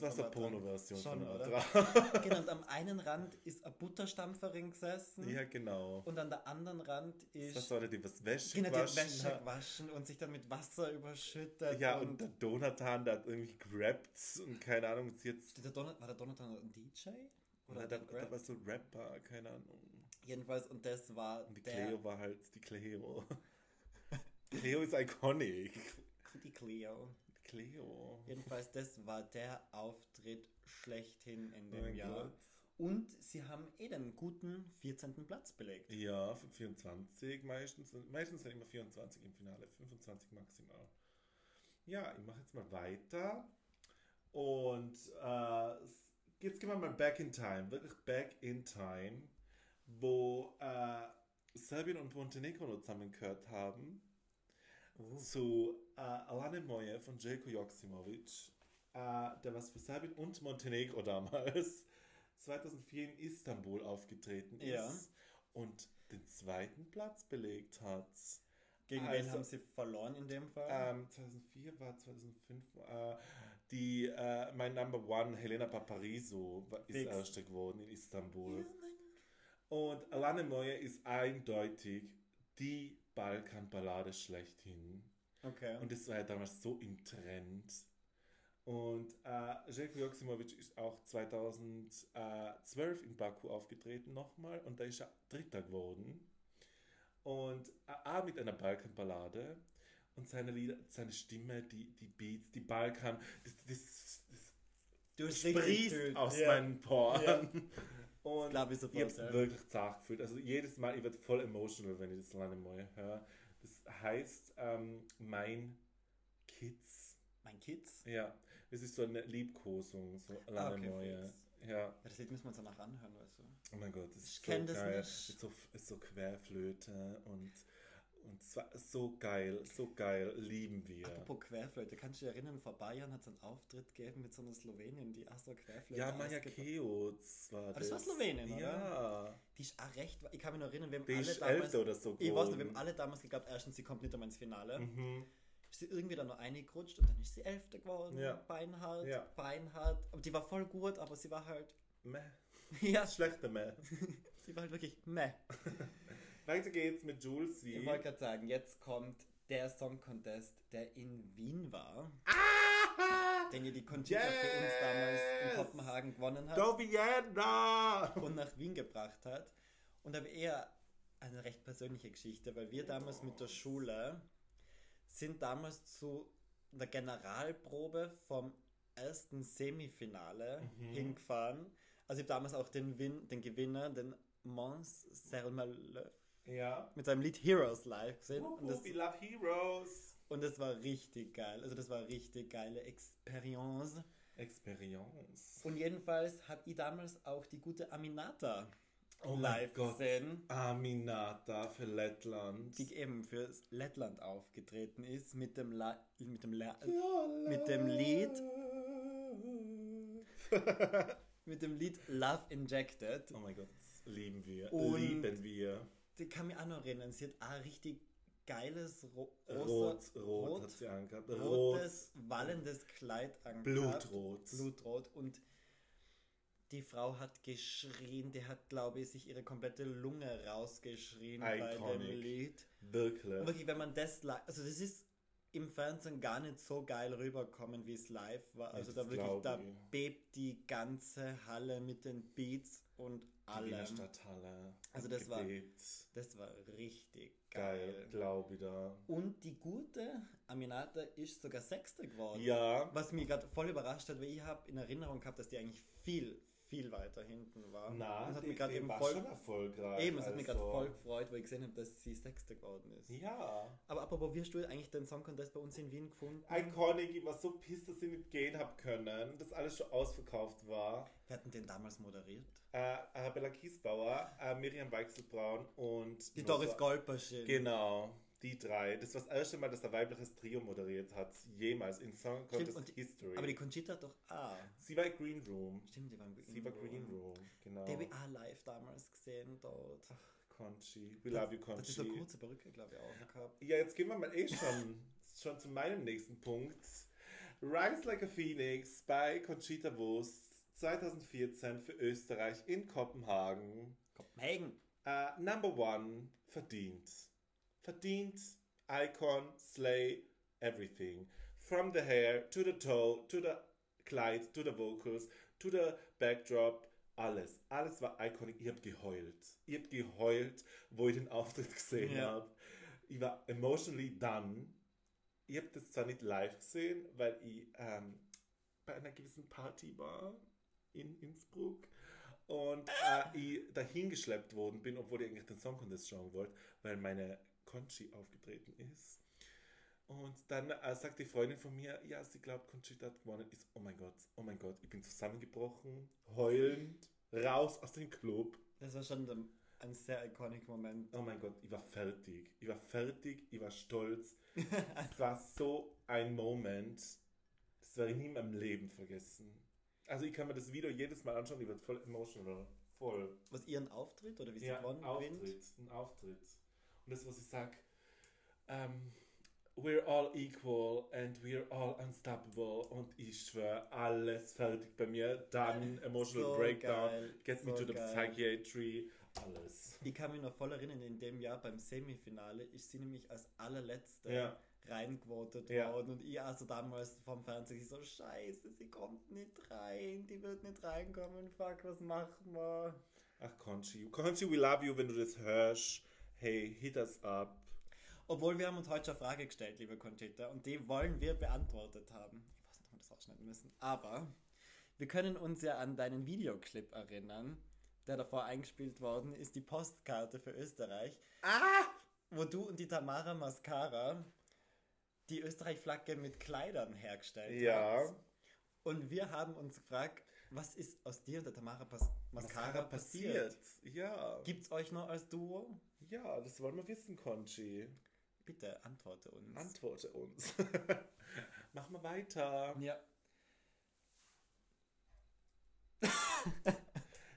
Speaker 1: das war
Speaker 2: von
Speaker 1: so eine
Speaker 2: der Tracht?
Speaker 1: Porno-Version
Speaker 2: Schon,
Speaker 1: von einer [laughs]
Speaker 2: oder?
Speaker 1: Tracht.
Speaker 2: Genau, und am einen Rand ist eine Butterstampferin gesessen
Speaker 1: Ja, genau.
Speaker 2: und an der anderen Rand ist
Speaker 1: Das war der, die was Wäsche
Speaker 2: genau, die hat
Speaker 1: gewaschen
Speaker 2: Wäsche
Speaker 1: hat.
Speaker 2: gewaschen und sich dann mit Wasser überschüttet.
Speaker 1: Ja, und der Donatan, der hat irgendwie gerappt und keine Ahnung, ist jetzt.
Speaker 2: der Don war der Donatan ein DJ?
Speaker 1: Oder
Speaker 2: Oder
Speaker 1: da,
Speaker 2: ein
Speaker 1: da
Speaker 2: Rap?
Speaker 1: war so ein Rapper, keine Ahnung.
Speaker 2: Jedenfalls, und das war
Speaker 1: Und die
Speaker 2: der,
Speaker 1: Cleo war halt die Cleo. [laughs] Cleo ist iconic.
Speaker 2: die Cleo.
Speaker 1: Cleo.
Speaker 2: Jedenfalls, das war der Auftritt schlechthin in dem
Speaker 1: Oh mein
Speaker 2: Jahr.
Speaker 1: Gott.
Speaker 2: Und sie haben eh den guten 14. Platz belegt.
Speaker 1: Ja, 24 meistens. Meistens sind immer 24 im Finale, 25 maximal. Ja, ich mache jetzt mal weiter. Und äh, jetzt gehen wir mal back in time, wirklich back in time, wo äh, Serbien und Montenegro noch zusammengehört haben
Speaker 2: Oh.
Speaker 1: zu äh, Alane Moje von Jelko Joksimovic, äh, der was für Serbien und Montenegro damals [laughs] 2004 in Istanbul aufgetreten ist
Speaker 2: Ja.
Speaker 1: und den zweiten Platz belegt hat.
Speaker 2: Gegen
Speaker 1: Also-
Speaker 2: wen haben sie verloren in dem Fall?
Speaker 1: Ähm, 2004 war 2005 äh, die äh, mein Number One Helena Paparizou war- ist
Speaker 2: Fix.
Speaker 1: erste geworden in Istanbul.
Speaker 2: Ja, mein-
Speaker 1: Und Alane Moje ist eindeutig die Balkanballade schlechthin.
Speaker 2: Okay.
Speaker 1: Und das war ja damals so im Trend. Und äh, Željko Joksimovic ist auch 2012 in Baku aufgetreten nochmal und da ist er Dritter geworden. Und äh, auch mit einer Balkanballade. Und seine Lieder, seine Stimme, die, die Beats, die Balkan, das, das,
Speaker 2: du
Speaker 1: das
Speaker 2: bist richtig
Speaker 1: sprießt
Speaker 2: gefühlt.
Speaker 1: aus
Speaker 2: Ja.
Speaker 1: meinen Poren.
Speaker 2: Ja.
Speaker 1: Und
Speaker 2: Glaub ich
Speaker 1: ich
Speaker 2: sofort.
Speaker 1: hab's
Speaker 2: ja.
Speaker 1: wirklich zart gefühlt. Also jedes Mal, ich werde voll emotional, wenn ich das Lana Moy höre. Das heißt, ähm, mein Kids.
Speaker 2: Mein Kids?
Speaker 1: Ja, es ist so eine Liebkosung, so
Speaker 2: Ah,
Speaker 1: Lana
Speaker 2: okay,
Speaker 1: Moy.
Speaker 2: fix.
Speaker 1: Ja,
Speaker 2: Ja, das Lied müssen wir uns danach anhören, weißt du.
Speaker 1: oh mein Gott, das ist
Speaker 2: Ich
Speaker 1: so
Speaker 2: kenn das
Speaker 1: geil.
Speaker 2: nicht.
Speaker 1: Ist so, ist so Querflöte und Und zwar so geil, so geil, lieben wir.
Speaker 2: Apropos Querflöte, kannst du dich erinnern, vor Bayern hat es einen Auftritt gegeben mit so einer Slowenin, die auch so eine Querflöte
Speaker 1: ja, Maja
Speaker 2: ausgepackt-
Speaker 1: Keoz war
Speaker 2: Aber
Speaker 1: das.
Speaker 2: das war Slowenin, oder?
Speaker 1: Ja.
Speaker 2: Die ist auch recht, ich kann mich noch erinnern, wir haben
Speaker 1: Die
Speaker 2: alle
Speaker 1: ist Elfte oder so
Speaker 2: Ich weiß nicht, wir
Speaker 1: geworden.
Speaker 2: haben alle damals geglaubt, erstens, sie kommt nicht einmal ins Finale.
Speaker 1: Mhm.
Speaker 2: Ist sie irgendwie dann nur eingerutscht und dann ist sie Elfte geworden.
Speaker 1: Ja.
Speaker 2: Beinhard,
Speaker 1: Ja.
Speaker 2: Beinhard. Aber die war voll gut, aber sie war halt, [laughs]
Speaker 1: Meh.
Speaker 2: ja,
Speaker 1: Schlechte Meh.
Speaker 2: sie war halt wirklich meh.
Speaker 1: Weiter geht's mit Jules
Speaker 2: Ich
Speaker 1: wie.
Speaker 2: wollte gerade sagen, jetzt kommt der Song Contest, der in Wien war, den ihr die Conchita für uns damals
Speaker 1: Yes!
Speaker 2: in Kopenhagen gewonnen hat
Speaker 1: Dovienda!
Speaker 2: und nach Wien gebracht hat. Und habe eher eine recht persönliche Geschichte, weil wir damals mit der Schule sind damals zu der Generalprobe vom ersten Semifinale
Speaker 1: Mhm.
Speaker 2: hingefahren. Also ich habe damals auch den, Win den Gewinner, den Mons Sermalöf,
Speaker 1: Ja.
Speaker 2: mit seinem Lied Heroes live gesehen.
Speaker 1: Wupp,
Speaker 2: Und das
Speaker 1: wupp, We love heroes.
Speaker 2: und es war richtig geil. Also das war richtig geile Experience.
Speaker 1: Experience.
Speaker 2: Und jedenfalls habe ich damals auch die gute Aminata
Speaker 1: Oh mein
Speaker 2: live
Speaker 1: Gott.
Speaker 2: gesehen,
Speaker 1: Aminata für Lettland.
Speaker 2: die eben für Lettland aufgetreten ist mit dem La mit dem La mit dem Lied. mit dem Lied Love Injected.
Speaker 1: Oh mein Gott, lieben wir.
Speaker 2: Und-
Speaker 1: lieben wir.
Speaker 2: Die kann mich auch noch erinnern. Sie hat auch richtig geiles ro
Speaker 1: Rot,
Speaker 2: rosa-
Speaker 1: rot, hat sie angehabt. Rot,
Speaker 2: rotes, wallendes Kleid angehabt.
Speaker 1: blutrot.
Speaker 2: blutrot und die Frau hat geschrien, die hat, glaube ich, sich ihre komplette Lunge rausgeschrien bei dem
Speaker 1: Iconic.
Speaker 2: Lied. Und
Speaker 1: Wirklich.
Speaker 2: wirklich, wenn man das live, also das ist im Fernsehen gar nicht so geil rüberkommen, wie es live war. Also
Speaker 1: das
Speaker 2: da wirklich,
Speaker 1: glaub
Speaker 2: da
Speaker 1: ich.
Speaker 2: bebt die ganze Halle mit den Beats und
Speaker 1: Die Wiener
Speaker 2: allem.
Speaker 1: Stadthalle.
Speaker 2: Also das war-
Speaker 1: Gebebt.
Speaker 2: Das war richtig
Speaker 1: Geil,
Speaker 2: geil.
Speaker 1: glaube ich da.
Speaker 2: Und die gute Aminata ist sogar Sechste geworden.
Speaker 1: Ja,
Speaker 2: Was mich gerade voll überrascht hat, weil ich habe in Erinnerung gehabt, dass die eigentlich viel, viel weiter hinten war. Und
Speaker 1: na,
Speaker 2: das hat
Speaker 1: die,
Speaker 2: mich gerade
Speaker 1: die
Speaker 2: eben
Speaker 1: war
Speaker 2: voll,
Speaker 1: schon erfolgreich.
Speaker 2: eben, das hat mich gerade
Speaker 1: also.
Speaker 2: voll gefreut, weil ich gesehen habe, dass sie Sechste geworden ist.
Speaker 1: Ja.
Speaker 2: Aber apropos, wie hast du eigentlich den Song Contest bei uns in Wien gefunden?
Speaker 1: Iconic, ich war so pissed, dass ich nicht gehen hab können, dass alles schon ausverkauft war.
Speaker 2: Wir hatten den damals moderiert.
Speaker 1: Äh, Arabella Kiesbauer, äh, Miriam Weichselbraun und
Speaker 2: Die
Speaker 1: noch
Speaker 2: Doris
Speaker 1: so-
Speaker 2: Golperschin.
Speaker 1: Genau, die drei. Das war das erste Mal, dass ein weibliches Trio moderiert hat, jemals in Song
Speaker 2: Stimmt,
Speaker 1: Contest
Speaker 2: und die-
Speaker 1: History.
Speaker 2: Aber die Conchita hat doch ah.
Speaker 1: sie war in Green Room.
Speaker 2: Stimmt, die waren Green
Speaker 1: Sie war Green Room, genau.
Speaker 2: Die habe ich auch live damals gesehen dort.
Speaker 1: Conchi, we love you,
Speaker 2: Das ist so
Speaker 1: Conchi.
Speaker 2: kurze Perücke, glaube ich, auch gehabt.
Speaker 1: Ja, jetzt gehen wir mal eh schon, [laughs] schon zu meinem nächsten Punkt. Rise Like a Phoenix bei Conchita Wurst 2014 für Österreich in Kopenhagen.
Speaker 2: Kopenhagen.
Speaker 1: Äh, number one, verdient. Verdient, Icon, Slay, everything. From the hair to the toe, to the Kleid, to the vocals, to the backdrop, alles. Alles war iconic. Ich hab geheult. Ich hab geheult, wo ich den Auftritt gesehen
Speaker 2: Ja.
Speaker 1: hab. Ich war emotionally done. Ich hab das zwar nicht live gesehen, weil ich ähm, bei einer gewissen Party war in Innsbruck und äh, ich dahin geschleppt worden bin, obwohl ich eigentlich den Song Contest schauen wollte, weil meine Conchi aufgetreten ist. Und dann äh, sagt die Freundin von mir, ja, sie glaubt, Conchita hat gewonnen. Ist, oh mein Gott, oh mein Gott, ich bin zusammengebrochen, heulend, raus aus dem Club.
Speaker 2: Das war schon ein- ein sehr iconic Moment.
Speaker 1: Oh mein Gott, ich war fertig. Ich war fertig, ich war stolz. es war so ein Moment, das werde ich nie in meinem Leben vergessen. Also ich kann mir das Video jedes Mal anschauen, ich werde voll emotional. Voll.
Speaker 2: Was ihren Auftritt oder wie sie
Speaker 1: Ja, ein
Speaker 2: gewonnen gewinnt?
Speaker 1: Auftritt, ein Auftritt. Und das, was ich sag, ähm, we're all equal and we're all unstoppable und ich schwör, alles fertig bei mir, dann emotional
Speaker 2: [laughs] So
Speaker 1: breakdown,
Speaker 2: geil,
Speaker 1: get me
Speaker 2: so
Speaker 1: to the
Speaker 2: geil.
Speaker 1: psychiatry, alles.
Speaker 2: Ich kann mich noch voll erinnern, in dem Jahr beim Semifinale ist sie nämlich als allerletzte
Speaker 1: Ja.
Speaker 2: reingewotet
Speaker 1: Ja.
Speaker 2: worden und ich also damals vom Fernsehen ich so, scheiße, sie kommt nicht rein, die wird nicht reinkommen, fuck, was machen wir?
Speaker 1: Ach Conchi, Conchi, we love you, wenn du das hörst. Hey, hit us up.
Speaker 2: Obwohl wir haben uns heute schon eine Frage gestellt, liebe Conchita, und die wollen wir beantwortet haben. Ich weiß nicht, ob wir das ausschneiden müssen, aber wir können uns ja an deinen Videoclip erinnern, der davor eingespielt worden ist, die Postkarte für Österreich.
Speaker 1: Ah!
Speaker 2: wo du und die Tamara Mascara die Österreich-Flagge mit Kleidern hergestellt
Speaker 1: Ja.
Speaker 2: habt. Und wir haben uns gefragt, was ist aus dir und der Tamara Pas Mascara, passiert?
Speaker 1: Ja.
Speaker 2: Gibt's euch noch als Duo?
Speaker 1: Ja, das wollen wir wissen, Conchi.
Speaker 2: Bitte antworte uns.
Speaker 1: Antworte uns. [laughs] Mach mal weiter.
Speaker 2: ja.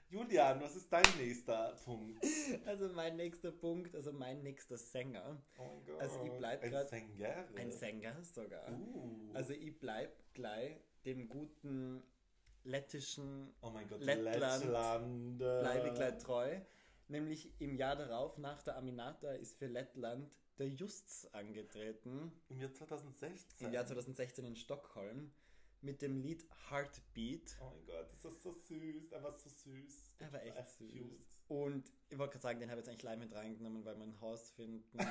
Speaker 1: Julian, was ist dein nächster Punkt?
Speaker 2: Also mein nächster Punkt, also mein nächster Sänger.
Speaker 1: Oh [laughs] mein Gott.
Speaker 2: Also, ich bleib
Speaker 1: Ein
Speaker 2: grad-
Speaker 1: Sänger.
Speaker 2: Ein Sänger sogar.
Speaker 1: Uh.
Speaker 2: Also ich bleib gleich dem guten lettischen
Speaker 1: oh mein Gott,
Speaker 2: Lettland.
Speaker 1: Lettland.
Speaker 2: bleibe
Speaker 1: Äh.
Speaker 2: gleich treu. Nämlich im Jahr darauf, nach der Aminata, ist für Lettland der Justs angetreten.
Speaker 1: Im Jahr 2016.
Speaker 2: Im Jahr 2016 in Stockholm. Mit dem Lied Heartbeat.
Speaker 1: Oh mein Gott, ist das so süß. Er war so süß.
Speaker 2: Er war echt
Speaker 1: Ach,
Speaker 2: süß.
Speaker 1: cute.
Speaker 2: Und ich wollte gerade sagen, den habe ich jetzt eigentlich live mit reingenommen, weil mein Haus
Speaker 1: [laughs]
Speaker 2: finden. Das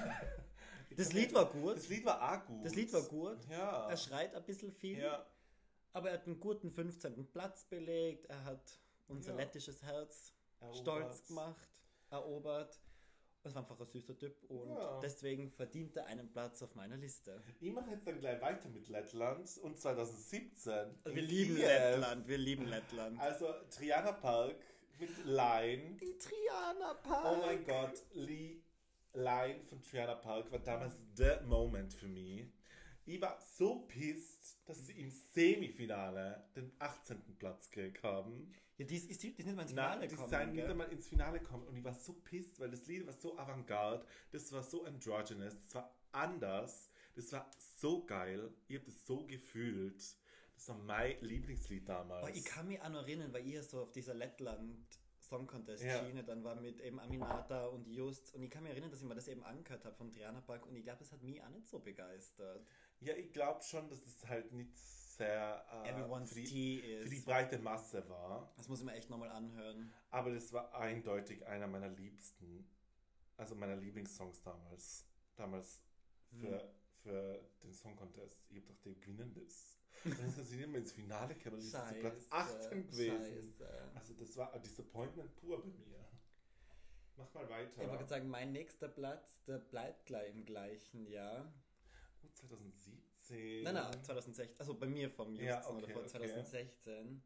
Speaker 1: Ich
Speaker 2: Das
Speaker 1: hab
Speaker 2: Lied
Speaker 1: echt-
Speaker 2: war gut.
Speaker 1: Das Lied war auch gut.
Speaker 2: Lied war gut.
Speaker 1: Ja.
Speaker 2: Er schreit ein bisschen viel,
Speaker 1: ja.
Speaker 2: aber er hat einen guten 15. Platz belegt. Er hat unser
Speaker 1: Ja.
Speaker 2: lettisches Herz
Speaker 1: Erobert.
Speaker 2: stolz gemacht, erobert. Das war einfach ein süßer Typ und
Speaker 1: Ja.
Speaker 2: deswegen verdient er einen Platz auf meiner Liste.
Speaker 1: Ich mache jetzt dann gleich weiter mit Lettland und 2017.
Speaker 2: Wir
Speaker 1: in
Speaker 2: lieben
Speaker 1: Kiew.
Speaker 2: Lettland, wir lieben Lettland.
Speaker 1: Also Triana Park mit Line.
Speaker 2: Die Triana Park.
Speaker 1: Oh mein Gott, Lee Line von Triana Park war damals der Moment für mich. Ich war so pissed, dass sie im Semifinale den 18. Platz gekriegt haben.
Speaker 2: Ja, die, ist, ist, die ist nicht mal ins
Speaker 1: Nein,
Speaker 2: Finale
Speaker 1: die
Speaker 2: gekommen.
Speaker 1: sind nicht
Speaker 2: gell?
Speaker 1: einmal ins Finale gekommen und ich war so pissed, weil das Lied war so avantgarde, das war so androgynous, das war anders, das war so geil, ich habe das so gefühlt. Das war mein Lieblingslied damals.
Speaker 2: Aber Oh, ich kann mich auch noch erinnern, weil ihr so auf dieser Lettland Song Contest
Speaker 1: Ja.
Speaker 2: Schiene dann war mit eben Aminata und Just und ich kann mich erinnern, dass ich mir das eben angehört habe vom Triana Park und ich glaube, das hat mich auch nicht so begeistert.
Speaker 1: ja, ich glaube schon, dass es halt nicht sehr äh,
Speaker 2: Everyone's
Speaker 1: für, die,
Speaker 2: Tea
Speaker 1: für die
Speaker 2: ist.
Speaker 1: breite Masse war,
Speaker 2: Das muss ich mir echt nochmal anhören.
Speaker 1: aber das war eindeutig einer meiner liebsten, also meiner Lieblingssongs damals. Damals für,
Speaker 2: Hm.
Speaker 1: für den Song Contest. Ich hab doch den gewinnen das. Und dann sind sie nicht mehr ins Finale gekommen, das ist zu Platz 18 gewesen.
Speaker 2: Scheiße.
Speaker 1: Also das war ein Disappointment pur bei mir. Mach mal weiter.
Speaker 2: Ich wollte gerade sagen, mein nächster Platz, der bleibt gleich im gleichen Jahr.
Speaker 1: Oh, 2017.
Speaker 2: Nein, nein, 2016. Also bei mir vom Justin
Speaker 1: Ja,
Speaker 2: oder
Speaker 1: okay,
Speaker 2: vor
Speaker 1: okay.
Speaker 2: 2016.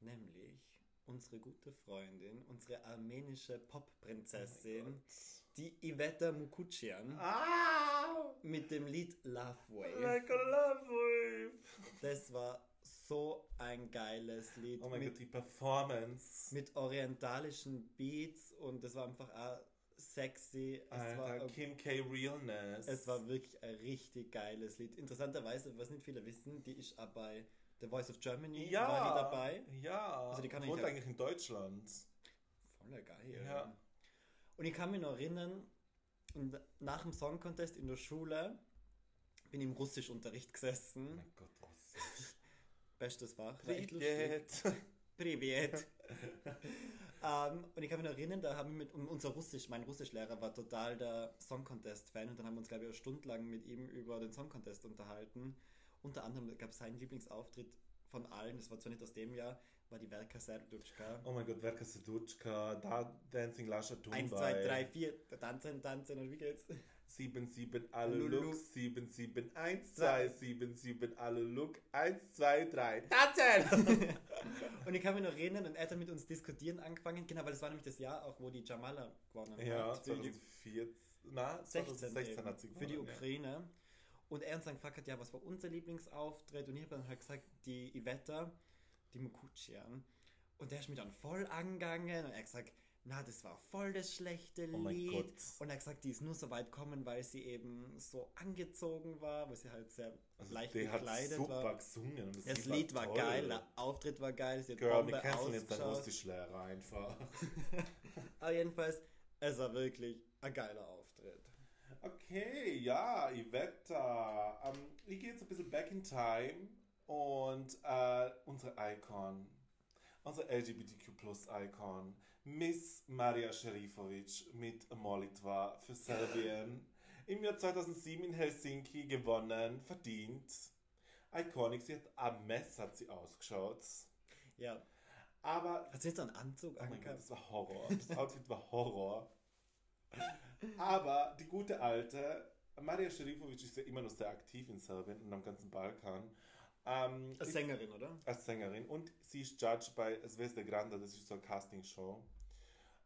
Speaker 2: Nämlich unsere gute Freundin, unsere armenische
Speaker 1: Oh mein
Speaker 2: Popprinzessin,
Speaker 1: Gott.
Speaker 2: die Iveta Mukuchian,
Speaker 1: Ah!
Speaker 2: mit dem Lied Love
Speaker 1: Oh
Speaker 2: Wave.
Speaker 1: Like a love wave.
Speaker 2: Das war so ein geiles Lied
Speaker 1: Oh mein Gott,
Speaker 2: mit,
Speaker 1: die Performance.
Speaker 2: mit orientalischen Beats und das war einfach auch sexy. Es war
Speaker 1: Alter,
Speaker 2: ein
Speaker 1: Kim K. Realness.
Speaker 2: Es war wirklich ein richtig geiles Lied. Interessanterweise, was nicht viele wissen, die ist auch bei The Voice of Germany
Speaker 1: ja,
Speaker 2: war die dabei.
Speaker 1: Ja.
Speaker 2: Also die kann ich
Speaker 1: Wohnt
Speaker 2: ja-
Speaker 1: eigentlich in Deutschland.
Speaker 2: Voll geil.
Speaker 1: Ja.
Speaker 2: Und ich kann mich noch erinnern, in, nach dem Song Contest in der Schule bin ich im Russischunterricht
Speaker 1: Oh
Speaker 2: gesessen.
Speaker 1: mein Gott, Russisch.
Speaker 2: Bestes Fach. War echt lustig.
Speaker 1: Privet.
Speaker 2: Privet. [laughs] ähm, und ich kann mich noch erinnern, da haben wir mit und unser Russisch, mein Russischlehrer war total der Song Contest Fan und dann haben wir uns glaube ich eine Stunde lang mit ihm über den Song Contest unterhalten. Unter anderem gab es seinen Lieblingsauftritt von allen, das war zwar nicht aus dem Jahr, war die Verka Serdutschka.
Speaker 1: Oh mein Gott, Verka Seduchka, da Dancing Lasha Tumbai.
Speaker 2: Eins, zwei, drei, vier, tanzen, tanzen und wie geht's?
Speaker 1: 7, 7, alle
Speaker 2: Lulu.
Speaker 1: Look. 7, 7, 1, 2,
Speaker 2: Zwei.
Speaker 1: 7, 7, alle Look. 1, 2, 3. Tanzen!
Speaker 2: Und ich kann mich noch erinnern, und er hat dann mit uns diskutieren angefangen, genau, weil das war nämlich das Jahr auch, wo die Jamala gewonnen
Speaker 1: ja,
Speaker 2: hat. Für die-
Speaker 1: 2014. Na,
Speaker 2: 16,
Speaker 1: 2016
Speaker 2: eben,
Speaker 1: hat sie
Speaker 2: für die
Speaker 1: gewonnen, ja.
Speaker 2: Ukraine. Und er uns dann gefragt hat, ja, was war unser Lieblingsauftritt? Und ich habe dann halt gesagt, die Iveta, die Mukuchian. Und der ist mir dann voll angegangen und er hat gesagt, na, das war voll das schlechte
Speaker 1: Oh mein
Speaker 2: Lied.
Speaker 1: Gott.
Speaker 2: Und er hat gesagt, die ist nur so weit gekommen, weil sie eben so angezogen war, weil sie halt sehr
Speaker 1: Also
Speaker 2: leicht
Speaker 1: die hat
Speaker 2: gekleidet
Speaker 1: super
Speaker 2: war.
Speaker 1: gesungen. und Das,
Speaker 2: Das Lied war
Speaker 1: toll.
Speaker 2: geil, der Auftritt war geil, sie hat
Speaker 1: Girl, wir
Speaker 2: Bombe
Speaker 1: canceln jetzt deinen
Speaker 2: ausgeschaut.
Speaker 1: Russischlehrer einfach.
Speaker 2: Aber jedenfalls, es war wirklich ein geiler Auftritt.
Speaker 1: Okay, ja, Iveta. Ähm, ich gehe jetzt ein bisschen back in time und äh, unsere Icon, unsere LGBTQ-Plus-Icon, Miss Maria Šerifović mit Molitva für Serbien. Im Jahr 2007 in Helsinki gewonnen, verdient. Iconic, sie hat am Mess hat sie ausgeschaut.
Speaker 2: Ja.
Speaker 1: Aber
Speaker 2: Hat sie jetzt so einen Anzug
Speaker 1: Oh mein Gott,
Speaker 2: angehabt?
Speaker 1: das war Horror. Das Outfit war Horror. Aber die gute alte, Marija Šerifović ist ja immer noch sehr aktiv in Serbien und am ganzen Balkan. Ähm,
Speaker 2: Als
Speaker 1: ist-
Speaker 2: Sängerin, oder?
Speaker 1: Als Sängerin. Und sie ist Judge bei Zvezda Granda, das ist so eine Castingshow.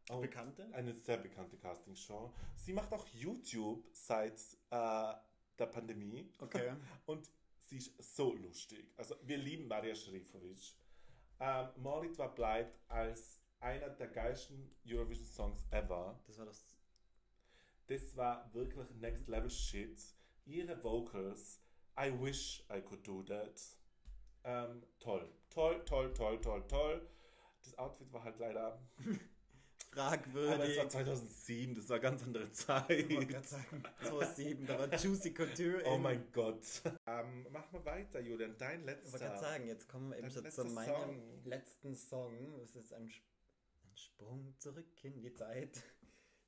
Speaker 2: Oh.
Speaker 1: Und
Speaker 2: Bekannte?
Speaker 1: Eine sehr bekannte Castingshow. Sie macht auch YouTube seit äh, der Pandemie.
Speaker 2: Okay.
Speaker 1: Und sie ist so lustig. Also wir lieben Maria Šerifović. Ähm, Molitva bleibt als einer der geilsten Eurovision Songs ever.
Speaker 2: [laughs] Das war das.
Speaker 1: Das war wirklich Next Level Shit. Ihre Vocals, I wish I could do that. Ähm, toll, toll, toll, toll, toll, toll. Das Outfit war halt leider. Aber das
Speaker 2: Fragwürdig.
Speaker 1: war 2007, das war eine ganz andere Zeit.
Speaker 2: Ich [laughs] wollte gerade sagen, 2007, da war Juicy Couture.
Speaker 1: Oh
Speaker 2: in-
Speaker 1: mein Gott. Ähm, mach mal weiter, Julian. Dein
Speaker 2: Ich
Speaker 1: letzter.
Speaker 2: wollte gerade sagen, jetzt kommen wir eben
Speaker 1: Dein
Speaker 2: schon zu
Speaker 1: letzter
Speaker 2: meinem
Speaker 1: Song.
Speaker 2: letzten Song. Das ist ein, Sp- ein Sprung zurück in die Zeit. [laughs]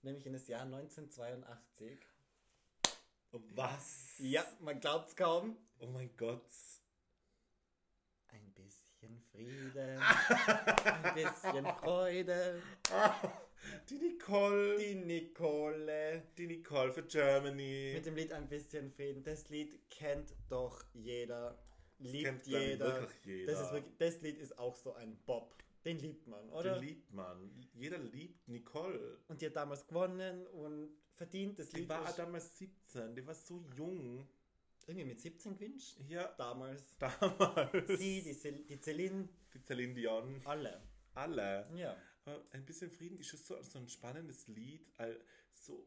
Speaker 2: Nämlich in das Jahr 1982.
Speaker 1: Um Was?
Speaker 2: Ja, man glaubt's kaum.
Speaker 1: Oh mein Gott. [laughs]
Speaker 2: Ein bisschen [laughs] Frieden, ein bisschen Freude.
Speaker 1: Die Nicole.
Speaker 2: Die Nicole.
Speaker 1: Die Nicole für Germany.
Speaker 2: Mit dem Lied ein bisschen Frieden. Das Lied kennt doch jeder. Liebt
Speaker 1: kennt, glaub ich,
Speaker 2: jeder.
Speaker 1: wirklich jeder.
Speaker 2: Das, ist wirklich, das Lied ist auch so ein Bob. Den liebt man, oder?
Speaker 1: Den liebt man. Jeder liebt Nicole.
Speaker 2: und die hat damals gewonnen und verdient das
Speaker 1: Die
Speaker 2: Lied.
Speaker 1: war
Speaker 2: ist-
Speaker 1: damals 17. Die war so jung.
Speaker 2: irgendwie mit 17 gewünscht?
Speaker 1: Ja, [laughs]
Speaker 2: Damals.
Speaker 1: damals.
Speaker 2: Sie, die, Cel die Celine,
Speaker 1: Die Celine Dion.
Speaker 2: alle.
Speaker 1: Alle.
Speaker 2: Ja.
Speaker 1: Aber ein bisschen Frieden ist schon so, so ein spannendes Lied. all- So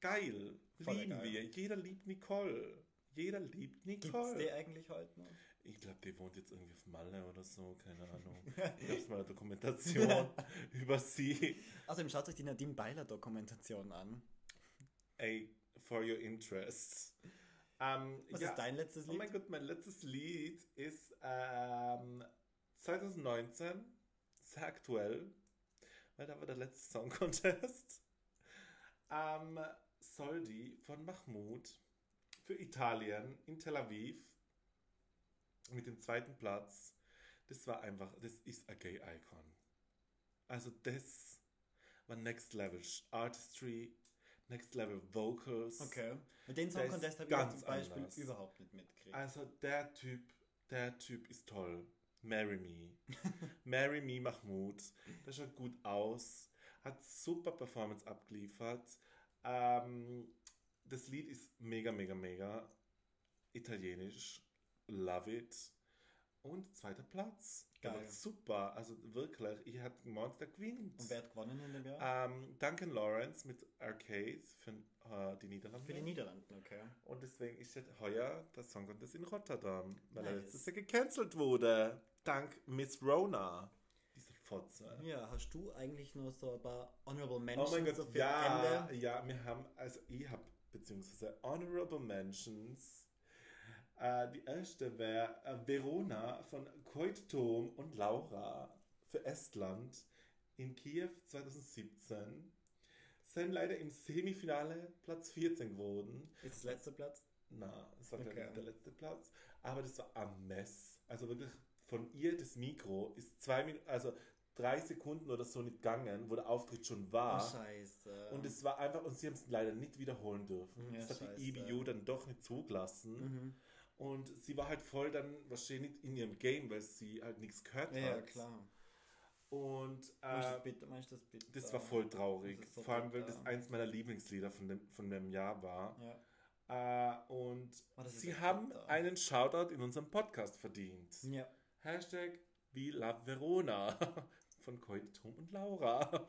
Speaker 1: geil.
Speaker 2: Voll
Speaker 1: lieben
Speaker 2: geil.
Speaker 1: wir. Jeder liebt Nicole. Jeder liebt
Speaker 2: Gibt's die
Speaker 1: Nicole.
Speaker 2: eigentlich heute noch?
Speaker 1: Ich glaube, die wohnt jetzt irgendwie auf Malle oder so. Keine Ahnung. Ich habe mal eine
Speaker 2: [laughs]
Speaker 1: Dokumentation über sie.
Speaker 2: Außerdem Also, schaut euch die Nadine Beiler Dokumentation an.
Speaker 1: Ey, for your interest. Ähm,
Speaker 2: Was
Speaker 1: ja.
Speaker 2: ist dein letztes
Speaker 1: Oh
Speaker 2: Lied?
Speaker 1: mein Gott, mein letztes Lied ist ähm, 2019, sehr aktuell, weil da war der letzte Song [laughs] Contest. Ähm, Soldi von Mahmoud für Italien in Tel Aviv mit dem zweiten Platz. Das war einfach, das ist ein Gay Icon. Also das war Next Level Artistry, Next Level Vocals.
Speaker 2: okay. Mit dem
Speaker 1: Der
Speaker 2: Song
Speaker 1: ist
Speaker 2: Contest habe ich ja
Speaker 1: ganz
Speaker 2: zum Beispiel
Speaker 1: anders.
Speaker 2: überhaupt nicht mitgekriegt.
Speaker 1: Also der Typ, der Typ ist toll. Marry me.
Speaker 2: [laughs]
Speaker 1: Marry me, Mahmoud. Der schaut gut aus, hat super Performance abgeliefert. Ähm, das Lied ist mega, mega, mega italienisch. Love it. Und zweiter Platz. Der
Speaker 2: Geil.
Speaker 1: war super. Also wirklich, ich hatte gemeint, der gewinnt.
Speaker 2: und wer hat gewonnen in dem Jahr?
Speaker 1: Ähm, Duncan Lawrence mit Arcade für äh, die Niederlande.
Speaker 2: Für die Niederlanden, okay.
Speaker 1: Und deswegen ist jetzt heuer der Song Contest in Rotterdam, weil er
Speaker 2: Nice.
Speaker 1: letztes Jahr gecancelt wurde. Dank Miss Rona. Diese Fotze.
Speaker 2: Ja, hast du eigentlich nur so ein paar Honorable
Speaker 1: Oh
Speaker 2: Mentions
Speaker 1: mein
Speaker 2: so
Speaker 1: Gott,
Speaker 2: für
Speaker 1: ja.
Speaker 2: Ende?
Speaker 1: Ja, wir haben, also ich habe, beziehungsweise Honorable Mentions. Äh, die erste wäre äh, Verona von Koittom und Laura für Estland in Kiew 2017. Sind leider im Semifinale Platz 14 geworden.
Speaker 2: Ist das letzte Platz?
Speaker 1: Na, es war
Speaker 2: Okay.
Speaker 1: okay. der letzte Platz. Aber das war ein Mess. Also wirklich, von ihr das Mikro ist zwei Minuten, also drei Sekunden oder so nicht gegangen, wo der Auftritt schon war.
Speaker 2: Oh, scheiße.
Speaker 1: Ah. und es war einfach, und sie haben es leider nicht wiederholen dürfen.
Speaker 2: Ja,
Speaker 1: das hat die
Speaker 2: scheiße.
Speaker 1: EBU dann doch nicht zugelassen.
Speaker 2: Mhm.
Speaker 1: Und sie war halt voll dann wahrscheinlich nicht in ihrem Game, weil sie halt nichts gehört
Speaker 2: Ja,
Speaker 1: hat.
Speaker 2: ja, klar.
Speaker 1: Und
Speaker 2: Meinst du
Speaker 1: äh,
Speaker 2: das bitte? Meinst du das bitte?
Speaker 1: das war voll traurig.
Speaker 2: Das ist so
Speaker 1: Vor allem, weil das
Speaker 2: bitter.
Speaker 1: eins meiner Lieblingslieder von dem, von dem Jahr war.
Speaker 2: Ja.
Speaker 1: Äh, und
Speaker 2: Oh, das ist
Speaker 1: sie
Speaker 2: echt
Speaker 1: haben
Speaker 2: bitter.
Speaker 1: einen Shoutout in unserem Podcast verdient.
Speaker 2: ja.
Speaker 1: Hashtag We Love Verona [laughs] von Coit, Tom und Laura.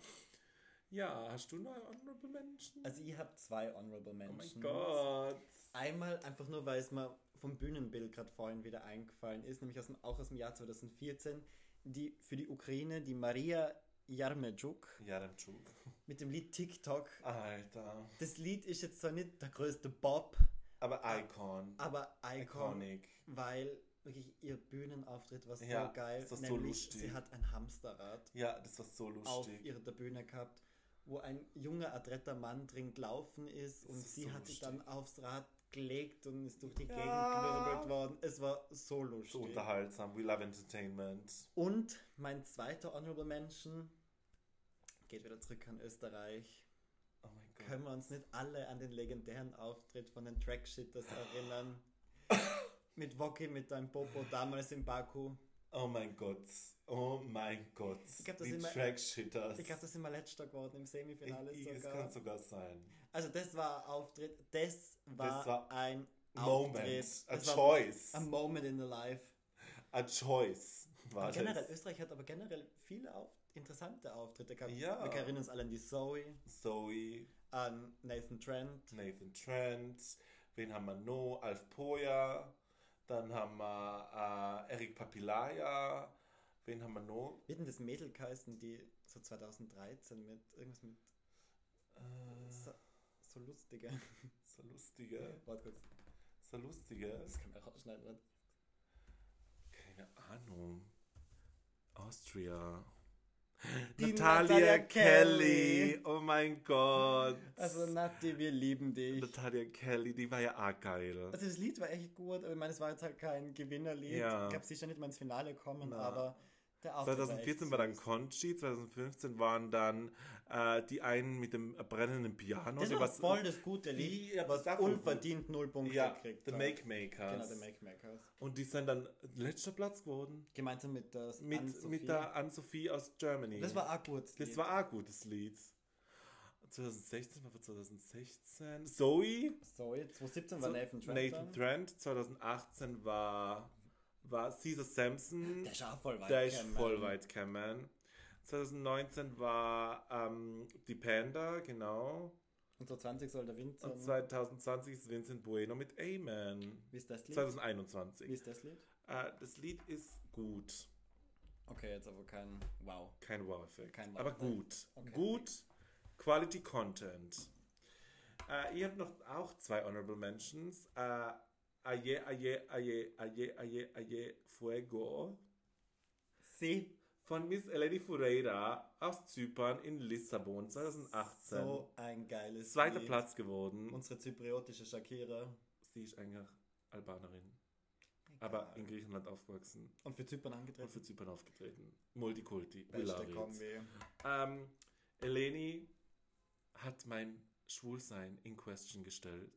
Speaker 1: Ja, hast du noch honorable Menschen?
Speaker 2: Also ich habe zwei Honorable
Speaker 1: oh
Speaker 2: Mentions.
Speaker 1: mein Gott.
Speaker 2: Einmal einfach nur, weil es mir vom Bühnenbild gerade vorhin wieder eingefallen ist, nämlich aus dem, auch aus dem Jahr 2014, die für die Ukraine, die Maria Jarmejuk
Speaker 1: Ja, dem Zug.
Speaker 2: mit dem Lied TikTok.
Speaker 1: Alter.
Speaker 2: Das Lied ist jetzt zwar nicht der größte Bob,
Speaker 1: Aber Icon.
Speaker 2: Ah, aber Icon,
Speaker 1: Iconic.
Speaker 2: weil wirklich ihr Bühnenauftritt war so
Speaker 1: Ja,
Speaker 2: geil.
Speaker 1: ist das so lustig.
Speaker 2: Sie hat ein Hamsterrad
Speaker 1: Ja, das war so
Speaker 2: auf
Speaker 1: lustig.
Speaker 2: ihrer der Bühne gehabt, wo ein junger, adretter Mann dringend laufen ist und
Speaker 1: ist
Speaker 2: sie
Speaker 1: so
Speaker 2: hat sich
Speaker 1: lustig.
Speaker 2: dann aufs Rad gelegt und ist durch die
Speaker 1: Ja.
Speaker 2: Gegend gewirbelt worden. Es war so lustig.
Speaker 1: So unterhaltsam. We Love Entertainment.
Speaker 2: und mein zweiter Honorable Mention geht wieder zurück an Österreich.
Speaker 1: Oh mein Gott.
Speaker 2: Können wir uns nicht alle an den legendären Auftritt von den Trackshitters erinnern? mit Woki, mit deinem Popo damals in Baku.
Speaker 1: Oh mein Gott. Oh mein Gott.
Speaker 2: Ich glaub, das
Speaker 1: Die
Speaker 2: sind wir-
Speaker 1: Track-Shitters.
Speaker 2: Ich glaube, das sind wir letzter geworden im Semifinale
Speaker 1: Ich- ich- Es
Speaker 2: sogar.
Speaker 1: kann sogar sein.
Speaker 2: Also das war ein Auftritt, das war,
Speaker 1: war
Speaker 2: ein Auftritt.
Speaker 1: Moment. A
Speaker 2: Das war
Speaker 1: choice.
Speaker 2: A moment in the life.
Speaker 1: A choice war
Speaker 2: Und generell,
Speaker 1: das.
Speaker 2: Österreich hat aber generell viele auf, interessante Auftritte gehabt.
Speaker 1: Ja.
Speaker 2: Wir erinnern uns alle an die Zoe,
Speaker 1: Zoe,
Speaker 2: an Nathan Trent.
Speaker 1: Nathan Trent, wen haben wir noch? Alf Poja, dann haben wir äh, Eric Papilaya, wen haben wir noch?
Speaker 2: Wie hat denn das Mädel geheißen, die so 2013 mit irgendwas mit
Speaker 1: Äh,
Speaker 2: so, so lustige.
Speaker 1: so lustige,
Speaker 2: Warte kurz,
Speaker 1: so lustige.
Speaker 2: das kann man rausschneiden. warte.
Speaker 1: Keine Ahnung. Austria.
Speaker 2: Die
Speaker 1: Natalia,
Speaker 2: Natalia
Speaker 1: Kelly.
Speaker 2: Kelly.
Speaker 1: Oh mein Gott.
Speaker 2: Also Nati, wir lieben dich.
Speaker 1: Natalia Kelly, die war ja auch geil.
Speaker 2: Also das Lied war echt gut, aber ich meine, es war jetzt halt kein Gewinnerlied.
Speaker 1: Ja.
Speaker 2: Ich glaube, sie ist ja nicht mal ins Finale gekommen,
Speaker 1: Na.
Speaker 2: aber der Auftritt echt
Speaker 1: 2014 war dann
Speaker 2: süß.
Speaker 1: Conchi, 2015 waren dann äh, die einen mit dem brennenden Piano.
Speaker 2: Das
Speaker 1: die
Speaker 2: war
Speaker 1: was-
Speaker 2: voll das gute Lied,
Speaker 1: Die, aber
Speaker 2: was
Speaker 1: davon-
Speaker 2: unverdient null Punkte
Speaker 1: Ja,
Speaker 2: gekriegt
Speaker 1: The
Speaker 2: hat.
Speaker 1: Make Makers.
Speaker 2: Genau, The Make Makers.
Speaker 1: Und die sind dann letzter Platz geworden.
Speaker 2: Gemeinsam mit der S-
Speaker 1: Mit,
Speaker 2: Anne-Sophie.
Speaker 1: mit der Anne-Sophie aus Germany.
Speaker 2: Das war auch gut.
Speaker 1: Das war auch ein gutes Lied. 2016 war für 2016. Zoe.
Speaker 2: Sorry, 2017 war
Speaker 1: So-
Speaker 2: Nathan Trent.
Speaker 1: Nathan
Speaker 2: Nathan Trent.
Speaker 1: Trent. 2018 war, war Caesar Sampson.
Speaker 2: Der ist auch voll weit.
Speaker 1: Der ist
Speaker 2: gekommen.
Speaker 1: voll weit gekommen. 2019 war ähm, die Panda, genau.
Speaker 2: Und 2020 soll der Wind sein.
Speaker 1: Und 2020 ist Vincent Bueno mit Amen.
Speaker 2: Wie ist das Lied? Wie
Speaker 1: 2021.
Speaker 2: ist das Lied?
Speaker 1: Äh, das Lied ist gut.
Speaker 2: Okay, jetzt aber kein Wow.
Speaker 1: Kein Wow-Effekt.
Speaker 2: Kein
Speaker 1: aber
Speaker 2: Wow-Effekt.
Speaker 1: gut.
Speaker 2: Okay.
Speaker 1: Gut. Quality Content. Äh, ich habe noch auch zwei Honorable Mentions. Äh, Aye, aye, aye, aye, aye, aye, Fuego.
Speaker 2: Sie.
Speaker 1: Von Miss Eleni Fureira aus Zypern in Lissabon 2018.
Speaker 2: So ein geiles
Speaker 1: Zweiter
Speaker 2: Lied.
Speaker 1: Platz geworden. Und
Speaker 2: Unsere zypriotische Shakira.
Speaker 1: sie ist eigentlich Albanerin. Aber in Griechenland aufgewachsen
Speaker 2: Und für Zypern
Speaker 1: und für
Speaker 2: angetreten.
Speaker 1: Zypern aufgetreten. Multikulti. We
Speaker 2: Beste
Speaker 1: love it.
Speaker 2: Kombi.
Speaker 1: Ähm, Eleni hat mein Schwulsein in question gestellt.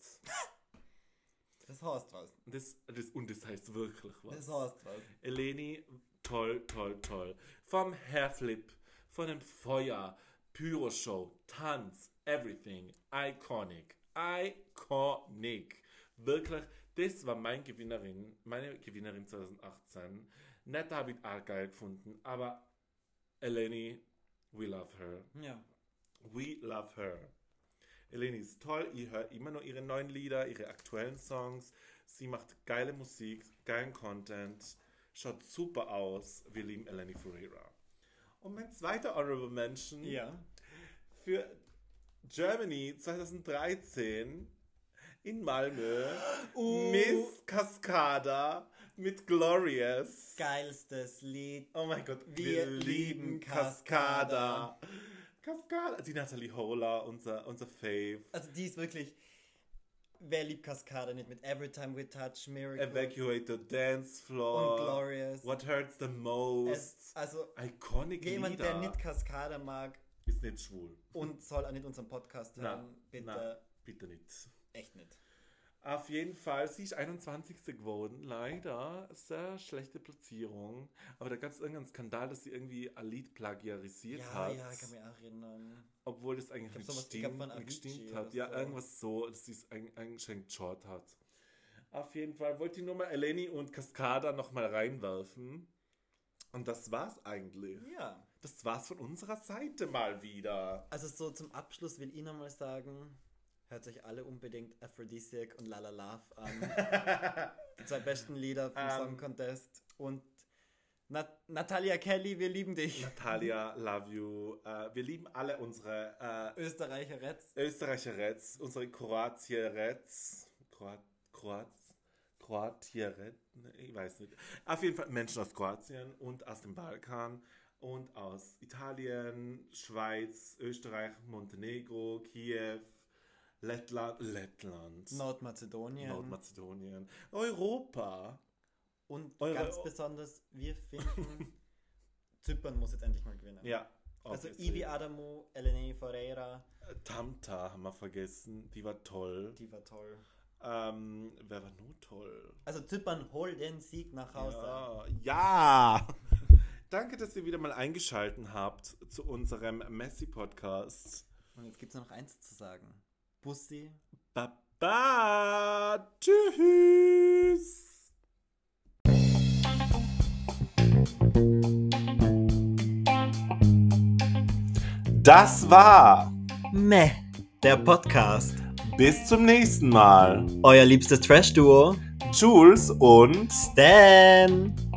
Speaker 2: Das heißt was.
Speaker 1: Und das, das, und das heißt wirklich
Speaker 2: Das
Speaker 1: was.
Speaker 2: heißt was.
Speaker 1: Eleni, toll, toll, toll. Vom Hairflip, von dem Feuer, Pyroshow, Tanz, everything. Iconic. Iconic. Wirklich, das war mein Gewinnerin, meine Gewinnerin 2018. Netta habe ich auch geil gefunden, aber Eleni, we love her.
Speaker 2: Ja.
Speaker 1: We love her. Eleni ist toll, ihr hört immer nur ihre neuen Lieder, ihre aktuellen Songs. Sie macht geile Musik, geilen Content, schaut super aus. Wir lieben Eleni Ferreira. Und mein zweiter Honorable Mention
Speaker 2: Ja.
Speaker 1: für Germany 2013 in Malmö, Uh. Miss Cascada mit Glorious.
Speaker 2: Geilstes Lied.
Speaker 1: Oh mein Gott,
Speaker 2: Wir lieben Cascada.
Speaker 1: Cascada, die Natalie Hola, unser, unser Fave.
Speaker 2: Also die ist wirklich. Wer liebt Cascada nicht mit Every Time We Touch, Miracle
Speaker 1: Evacuate the dance floor.
Speaker 2: und Glorious?
Speaker 1: What hurts the
Speaker 2: Es,
Speaker 1: most?
Speaker 2: also
Speaker 1: Iconic
Speaker 2: jemand,
Speaker 1: Lieder.
Speaker 2: der nicht Cascada mag
Speaker 1: ist nicht schwul.
Speaker 2: und soll auch nicht unseren Podcast
Speaker 1: Na,
Speaker 2: hören, bitte
Speaker 1: Na, bitte nicht.
Speaker 2: echt nicht.
Speaker 1: Auf jeden Fall, sie ist 21. geworden, leider. Sehr schlechte Platzierung. Aber da gab es irgendeinen Skandal, dass sie irgendwie ein Lied plagiarisiert
Speaker 2: Ja,
Speaker 1: hat.
Speaker 2: ja, genau. kann mich auch erinnern.
Speaker 1: Obwohl das eigentlich
Speaker 2: Ich
Speaker 1: nicht
Speaker 2: glaub, sowas- ich
Speaker 1: stimmt,
Speaker 2: glaub, von
Speaker 1: nicht
Speaker 2: Avicii
Speaker 1: gestimmt
Speaker 2: oder
Speaker 1: hat. Ja,
Speaker 2: so.
Speaker 1: irgendwas so, dass sie es ein- eingeschränkt short hat. Auf jeden Fall wollte ich nur mal Eleni und Cascada nochmal reinwerfen. Und das war's eigentlich.
Speaker 2: Ja.
Speaker 1: Das war's von unserer Seite mal wieder.
Speaker 2: Also so zum Abschluss will ich nochmal sagen, hört euch alle unbedingt Aphrodisiac und La La Love an. Die zwei besten Lieder vom
Speaker 1: Ähm.
Speaker 2: Song Contest. Und Nat Natalia Kelly, wir lieben dich.
Speaker 1: Natalia, love you. Äh, wir lieben alle unsere
Speaker 2: Österreicher Retz.
Speaker 1: äh, Österreicher-Reds, unsere Kroatier-Reds. Kroat, Kroat, Kroatier-Reds? ne, Ich weiß nicht. Auf jeden Fall Menschen aus Kroatien und aus dem Balkan und aus Italien, Schweiz, Österreich, Montenegro, Kiew, Lettland, Lettland,
Speaker 2: Nordmazedonien.
Speaker 1: Nordmazedonien, Europa.
Speaker 2: und
Speaker 1: Eure-
Speaker 2: ganz besonders, wir
Speaker 1: [laughs]
Speaker 2: finden, Zypern muss jetzt endlich mal gewinnen.
Speaker 1: Ja.
Speaker 2: Also
Speaker 1: obviously.
Speaker 2: Ivi Adamu, Eleni Ferreira,
Speaker 1: Tamta haben wir vergessen, die war toll.
Speaker 2: die war toll.
Speaker 1: Ähm, wer war nur toll?
Speaker 2: Also Zypern, hol den Sieg nach Hause.
Speaker 1: Ja. ja. Danke, dass ihr wieder mal eingeschalten habt zu unserem Messi-Podcast.
Speaker 2: Und jetzt gibt es noch eins zu sagen. Bussi.
Speaker 1: Baba. Tschüss. Das war
Speaker 2: Meh, der Podcast.
Speaker 1: bis zum nächsten Mal.
Speaker 2: Euer liebstes Trash-Duo.
Speaker 1: Jules und
Speaker 2: Stan.